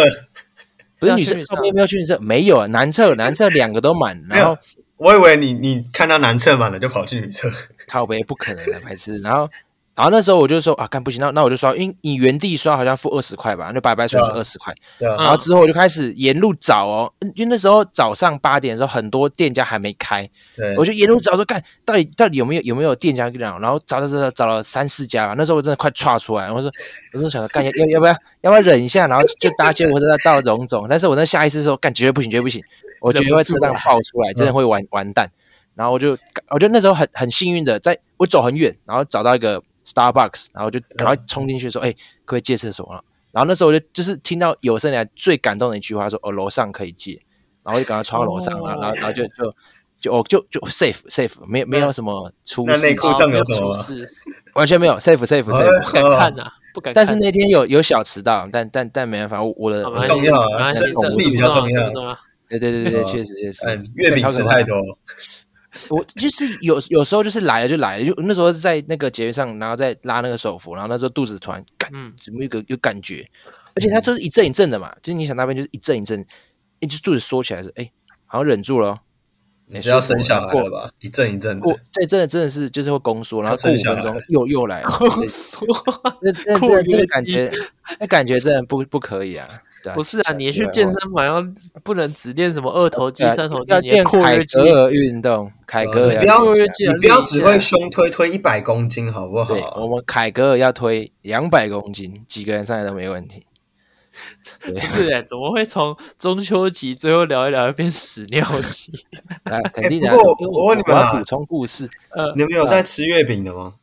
Speaker 2: 不
Speaker 1: 对
Speaker 2: 是
Speaker 1: 啊
Speaker 2: 女
Speaker 1: 去
Speaker 2: 生
Speaker 1: 女
Speaker 2: 后
Speaker 1: 厕
Speaker 2: 面没有去女厕，没有啊，男厕男厕两个都满，
Speaker 3: 没有
Speaker 2: 然后
Speaker 3: 我以为你你看到男厕满了就跑去女厕，
Speaker 2: 靠北不可能的白痴，然后。然后那时候我就说啊，干不行，那那我就刷，因为你原地刷好像付二十块吧，那白白刷是
Speaker 3: 对
Speaker 2: 二十块，
Speaker 3: 对啊，
Speaker 2: 然后之后我就开始沿路找哦，嗯因为那时候早上八点的时候，很多店家还没开，
Speaker 3: 对，
Speaker 2: 我就沿路找说，看到底到底有没有有没有店家这样，然后找找找找找了三四家吧。那时候我真的快岔出来，我说 我就想说干要要要不要要不要忍一下，然后就搭接驳车到荣总。但是我那下意识说干绝对不行，绝对不行，我绝对会车上爆出来，真的会完完蛋。然后我就我觉得那时候很很幸运的，在我走很远，然后找到一个 Starbucks，然后就赶快冲进去说，哎、可不可以借厕所了？然后那时候我就就是听到有生以来最感动的一句话说，哦楼上可以借，然后就赶快冲到楼上，然后然后然后就就。就哦，就就 safe safe，没有没有什么出
Speaker 3: 嗯那
Speaker 2: 事
Speaker 3: 内
Speaker 2: 情，
Speaker 3: 裤上有什么
Speaker 1: 出
Speaker 3: 吗
Speaker 1: 事？
Speaker 2: 完全没有 safe safe
Speaker 3: 哦
Speaker 1: 不
Speaker 2: safe。
Speaker 1: 敢看呐，不敢看。
Speaker 2: 但是那天有有小迟到，但但但没办法，我我的
Speaker 1: 好
Speaker 2: 我
Speaker 1: 吧
Speaker 2: 的
Speaker 3: 重要啊
Speaker 1: 没关系
Speaker 2: 胜胜利
Speaker 3: 比较重要
Speaker 1: 这个啊
Speaker 2: 对对对对，
Speaker 3: 哦
Speaker 2: 确实确实，
Speaker 3: 嗯，月饼吃太多，
Speaker 2: 我就是有有时候就是来了就来了，就那时候是在那个节约上，然后再拉那个手扶，然后那时候肚子突然感
Speaker 1: 嗯，
Speaker 2: 怎么有个有感觉，而且
Speaker 3: 嗯
Speaker 2: 它就是一阵一阵的嘛，就是你想那边就是一阵一阵，一直肚子缩起来是哎、好像忍住了、哦，
Speaker 3: 你是要生小孩了吧？一阵一阵的，
Speaker 2: 过这真的真的是就是会宫缩，然后过
Speaker 3: 生
Speaker 2: 五
Speaker 3: 小
Speaker 2: 分钟
Speaker 3: 孩
Speaker 2: 又又来 了，
Speaker 1: 我说
Speaker 2: 那那
Speaker 1: 酷
Speaker 2: 这个
Speaker 1: 约
Speaker 2: 这个感
Speaker 1: 肌
Speaker 2: 觉，那感觉真的不不可以啊。对
Speaker 1: 不是啊，你去
Speaker 2: 对
Speaker 1: 健
Speaker 2: 我
Speaker 1: 身房要不能只练什么二头肌
Speaker 2: 对、啊
Speaker 1: 三头肌，
Speaker 2: 要
Speaker 1: 你的
Speaker 2: 练
Speaker 1: 括
Speaker 2: 凯
Speaker 1: 约肌，
Speaker 2: 格尔运动，凯
Speaker 3: 呃
Speaker 2: 格尔
Speaker 3: 你
Speaker 2: 要
Speaker 3: 不
Speaker 2: 练
Speaker 3: 要
Speaker 1: 括
Speaker 2: 一
Speaker 1: 约
Speaker 2: 下
Speaker 1: 肌要练
Speaker 3: 你不要只会
Speaker 1: 一下
Speaker 3: 胸推推一百公斤好不
Speaker 2: 对，
Speaker 3: 好？
Speaker 2: 我们凯格尔要推两百公斤，几个人上来都没问题。对
Speaker 1: 不是哎，怎么会从中秋集最后聊一聊变屎尿集？
Speaker 2: 啊，肯定的、
Speaker 3: 哎不过
Speaker 2: 因为
Speaker 3: 我问你们
Speaker 2: 我
Speaker 3: 啊
Speaker 2: 要补充故事，
Speaker 1: 呃，
Speaker 3: 你们有在吃月饼的吗？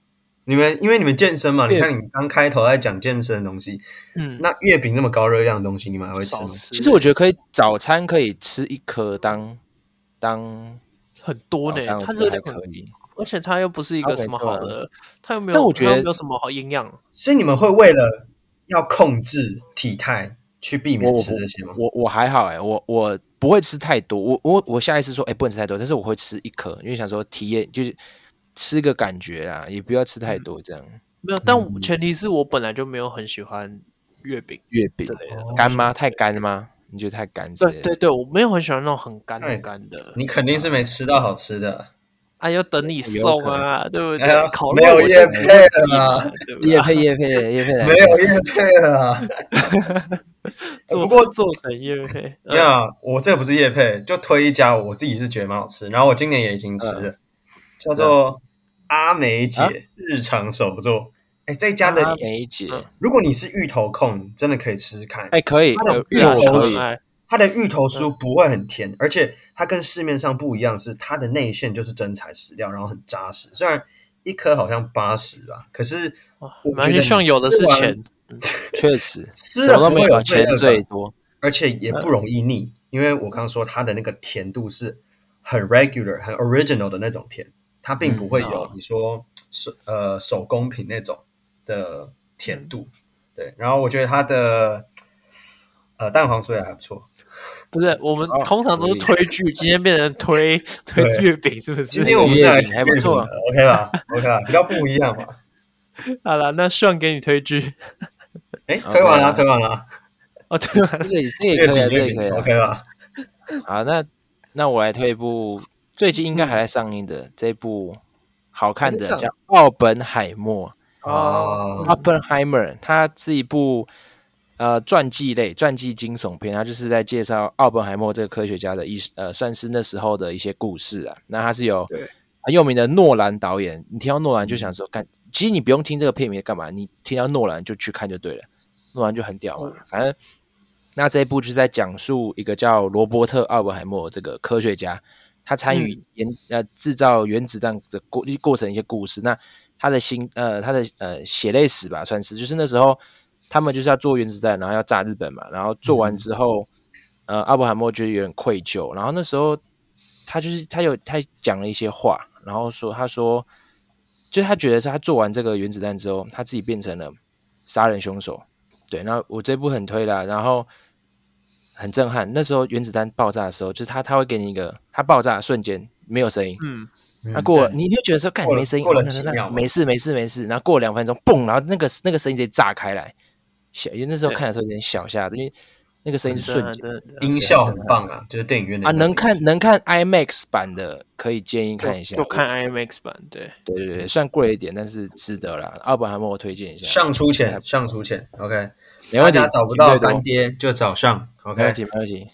Speaker 3: 你们因为你们健身嘛，你看你刚开头在讲健身的东西，
Speaker 1: 嗯，
Speaker 3: 那月饼那么高热量的东西，你们还会吃
Speaker 1: 少
Speaker 3: 吗？
Speaker 1: 吃。
Speaker 2: 其实我觉得可以早餐可以吃一颗当当
Speaker 1: 很多
Speaker 2: 早
Speaker 1: 呢
Speaker 2: 餐，，
Speaker 1: 它
Speaker 2: 我觉
Speaker 1: 热
Speaker 2: 得还
Speaker 1: 量很
Speaker 2: 可以。
Speaker 1: 而且它又不是一
Speaker 2: 它
Speaker 1: 个
Speaker 2: 没
Speaker 1: 什么
Speaker 2: 错啊
Speaker 1: 好的，它又没有，
Speaker 2: 但我觉得
Speaker 1: 它又没有什么好营养。
Speaker 3: 所以你们会为了要控制体态去避免吃这些吗？
Speaker 2: 我我还好哎、我我不会吃太多，我我我下一次说哎、不能吃太多，但是我会吃一颗，因为想说体验就是吃个感觉啦，也不要吃太多这样。
Speaker 1: 没有，但我前提是我本来就没有很喜欢月饼
Speaker 2: 月饼
Speaker 1: 之类的。
Speaker 2: 干吗？太干了吗？你觉得太干之类
Speaker 1: 对
Speaker 2: 的？
Speaker 1: 对对，我没有很喜欢那种很干
Speaker 3: 哎
Speaker 1: 很干的。
Speaker 3: 你肯定是没吃到好吃的，
Speaker 1: 哎要等你
Speaker 2: 有
Speaker 1: 送
Speaker 2: 可能
Speaker 1: 啊，对不
Speaker 3: 哎呀
Speaker 1: 对？烤
Speaker 3: 没
Speaker 1: 肉
Speaker 3: 有
Speaker 1: 我就
Speaker 3: 业
Speaker 1: 只
Speaker 3: 配
Speaker 1: 会
Speaker 3: 了
Speaker 1: 自己
Speaker 3: 啦
Speaker 1: 买，对啊不
Speaker 2: 叶
Speaker 1: 对？
Speaker 2: 配叶配叶配来
Speaker 3: 没有叶配啊了。
Speaker 1: 做
Speaker 3: 不过
Speaker 1: 做成叶配， 呃
Speaker 3: 没有啊，我这个不是叶配，就推一家，我自己是觉得蛮好吃。然后我今年也已经吃了，叫做阿梅
Speaker 2: 啊
Speaker 3: 姐日常手作。哎，这一家
Speaker 2: 阿
Speaker 3: 的，
Speaker 2: 梅姐，
Speaker 1: 嗯
Speaker 3: 如果你是芋头控，真的可以吃吃看。
Speaker 2: 哎可以，
Speaker 3: 它的
Speaker 2: 呃
Speaker 3: 芋
Speaker 2: 芋头
Speaker 3: 头
Speaker 2: 我可
Speaker 3: 是
Speaker 2: 以，
Speaker 1: 哎，
Speaker 3: 它的芋头酥不会很甜，而且它跟市面上不一样，是它的内馅就是真材实料，然后很扎实。虽然一颗好像八十吧，可是我
Speaker 1: 蛮
Speaker 3: 觉得
Speaker 1: 像
Speaker 3: 你
Speaker 1: 有的
Speaker 3: 吃
Speaker 1: 是
Speaker 3: 完
Speaker 1: 钱，
Speaker 2: 确实
Speaker 3: 吃
Speaker 2: 什么
Speaker 3: 了
Speaker 2: 都
Speaker 3: 不
Speaker 2: 没
Speaker 3: 会有
Speaker 2: 有，
Speaker 3: 罪
Speaker 2: 钱
Speaker 3: 恶
Speaker 2: 最
Speaker 3: 感，
Speaker 2: 多。
Speaker 3: 而且也不容易腻，因为我刚刚说它的那个甜度是很 regular、很 original 的那种甜，它并不会
Speaker 1: 嗯
Speaker 2: 哦
Speaker 3: 有
Speaker 1: 好
Speaker 3: 你说手呃手工品那种的甜度。对，然后我觉得它的呃蛋黄酥也还不错，
Speaker 1: 不是？我们
Speaker 2: 哦
Speaker 1: 通常都是
Speaker 2: 可
Speaker 1: 推剧，今天变成 推推
Speaker 3: 对
Speaker 1: 月饼，是不是
Speaker 3: 今？天 我们再来
Speaker 2: 月饼还不错
Speaker 3: 月饼了，OK 吧？OK 吧，比较不一样嘛。
Speaker 1: 好了，那算给你推剧，
Speaker 4: 哎，推完了，推完了，
Speaker 1: 哦，这个
Speaker 2: 这个也这个也可以啊，
Speaker 4: 月
Speaker 2: 这
Speaker 4: 饼
Speaker 2: 个也可
Speaker 4: 月
Speaker 2: 以
Speaker 4: 饼
Speaker 2: 啊。
Speaker 4: ，OK 吧？
Speaker 2: 好，那那我来推一部最近应该还在上映的、这部好看
Speaker 1: 还
Speaker 2: 的，
Speaker 1: 在上
Speaker 2: 叫《奥本海默》
Speaker 3: 嗯
Speaker 1: 哦
Speaker 2: （Oppenheimer），它是一部呃传记类传记惊悚片，它就是在介绍奥本海默这个科学家的一呃，算是那时候的一些故事啊。那它是有
Speaker 1: 对
Speaker 2: 很有名的诺兰导演，你听到诺兰就想说，干，其实你不用听这个片名干嘛，你听到诺兰就去看就对了，诺兰就很屌嘛，反正。那这一部就是在讲述一个叫罗伯特·奥本海默这个科学家，他参与研、呃制造原子弹的过过程一些故事。那他的心呃他的呃血泪史吧，算是就是那时候他们就是要做原子弹，然后要炸日本嘛，然后做完之后，呃，奥本海默觉得有点愧疚，然后那时候他就是他有他讲了一些话，然后说他说，就是他觉得是他做完这个原子弹之后，他自己变成了杀人凶手。对，那我这部很推啦，然后很震撼。那时候原子弹爆炸的时候，就是他他会给你一个，他爆炸的瞬间没有声音，
Speaker 1: 嗯，
Speaker 2: 那过了
Speaker 1: 对
Speaker 2: 你就觉得说，干
Speaker 4: 过了
Speaker 2: 没声音，
Speaker 4: 过了
Speaker 2: 哦那
Speaker 4: 几
Speaker 2: 那
Speaker 4: 秒嘛
Speaker 2: 没事没事没事。然后过了两分钟，嘣，然后那个那个声音直接炸开来，小，因为那时候
Speaker 1: 对嗯
Speaker 2: 看的时候有点小吓的，因为那个声音是瞬间
Speaker 1: 的
Speaker 4: 音效很棒啊，就是电影院的
Speaker 2: 啊，能看能看 IMAX 版的，可以建议看一下，
Speaker 1: 就看 IMAX 版，对，
Speaker 2: 对对对对，虽然贵了一点，但是值得啦。奥本海默我推荐一下，
Speaker 4: 上出钱，上出钱，OK。
Speaker 2: 没问题
Speaker 4: 大家找不
Speaker 2: 绝
Speaker 4: 到
Speaker 2: 对多
Speaker 4: 干爹就找上
Speaker 2: 没
Speaker 4: ，OK
Speaker 2: 问。题没问题，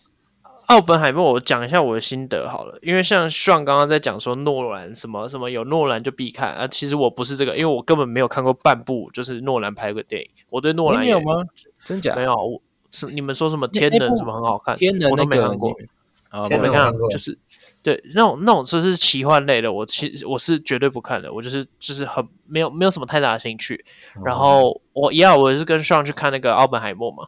Speaker 1: 奥本海默，我讲一下我的心得好了，因为像 s 刚刚在讲说诺兰什么什么有诺兰就必看啊，其实我不是这个，因为我根本没有看过半部就是诺兰拍过电影，我对诺
Speaker 2: 你
Speaker 1: 兰
Speaker 2: 没
Speaker 1: 也
Speaker 2: 有吗？真假
Speaker 1: 没？有，我是你们说什么
Speaker 2: 那
Speaker 1: 天
Speaker 2: 那
Speaker 1: 能
Speaker 2: 部
Speaker 1: 什么很好看，
Speaker 2: 天能
Speaker 1: 我
Speaker 2: 那
Speaker 1: 都没
Speaker 2: 个
Speaker 1: 看过，
Speaker 2: 你啊，
Speaker 1: 我
Speaker 4: 天
Speaker 1: 没
Speaker 4: 能
Speaker 2: 没
Speaker 4: 我看
Speaker 1: 看
Speaker 4: 过
Speaker 1: 就是对那种那种就是奇幻类的，我其实我是绝对不看的，我就是就是很没有没有什么太大的兴趣。
Speaker 4: 嗯
Speaker 1: 然后我一样，我是跟上去看那个奥本海默嘛，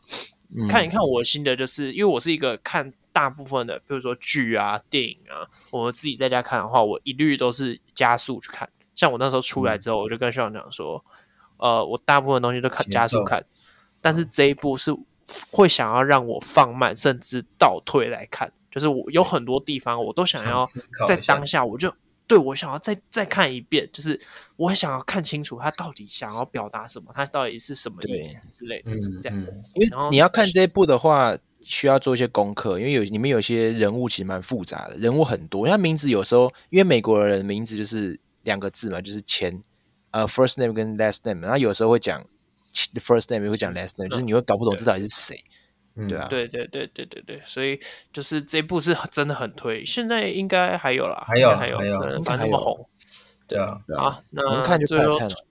Speaker 1: 看一看我新的，就是因为我是一个看大部分的，比如说剧啊、电影啊，我自己在家看的话，我一律都是加速去看。像我那时候出
Speaker 4: 嗯
Speaker 1: 来之后，我就跟校长讲说，呃，我大部分东西都看
Speaker 4: 节
Speaker 1: 加速
Speaker 4: 奏
Speaker 1: 看，但是这一部是会想要让我放慢，甚至倒退来看，就是我有很多地方我都想要
Speaker 4: 思考
Speaker 1: 在
Speaker 4: 一下
Speaker 1: 当下，我就对我想要再再看一遍，就是我想要看清楚他到底想要表达什么，他到底是什么意思之类的，
Speaker 4: 嗯
Speaker 1: 这样。
Speaker 4: 嗯，
Speaker 2: 因
Speaker 1: 然后
Speaker 2: 为你要看这一部的话，需要做一些功课，因为有里面有些人物其实蛮复杂的，人物很多，像名字有时候因为美国人的名字就是两个字嘛，就是前呃 first name 跟 last name，然后有时候会讲 first name 也会讲 last name，、就是你会搞不懂这到底是谁，
Speaker 4: 嗯
Speaker 2: 对啊，，
Speaker 1: 对对对对对对，所以就是这部是真的很推，现在应该还有啦，
Speaker 4: 还有
Speaker 1: 应该还有，
Speaker 4: 还有
Speaker 1: 可能
Speaker 2: 应该
Speaker 1: 反正
Speaker 2: 还
Speaker 1: 那么
Speaker 2: 有
Speaker 1: 红
Speaker 4: 对啊，
Speaker 2: 对啊，
Speaker 1: 啊。那
Speaker 2: 能看就
Speaker 1: 最后
Speaker 2: 快看了，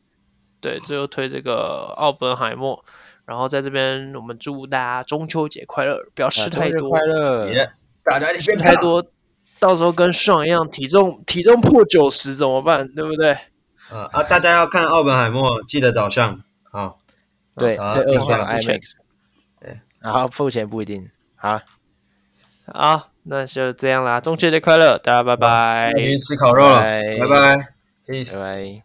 Speaker 1: 对最后推这个奥本海默，然后在这边我们祝大家中秋节快乐，不要吃
Speaker 2: 啊
Speaker 1: 太
Speaker 2: 生日
Speaker 1: 多，
Speaker 2: 快乐，
Speaker 4: 也大家一起
Speaker 1: 吃太多，到时候跟上一样体重体重破九十怎么办？对不对？
Speaker 4: 啊啊！大家要看奥本海默，记得找上好。
Speaker 2: 对，
Speaker 4: 好
Speaker 2: 这二
Speaker 4: 付钱
Speaker 2: 刷
Speaker 4: 付
Speaker 1: 钱
Speaker 2: IMAX，
Speaker 4: 对，
Speaker 2: 然后付钱不一定，好，
Speaker 1: 啊，那就这样啦，中秋节快乐，大家拜拜。
Speaker 4: 已经吃烤肉了，
Speaker 2: 拜
Speaker 4: 拜拜，peace
Speaker 2: 拜。拜。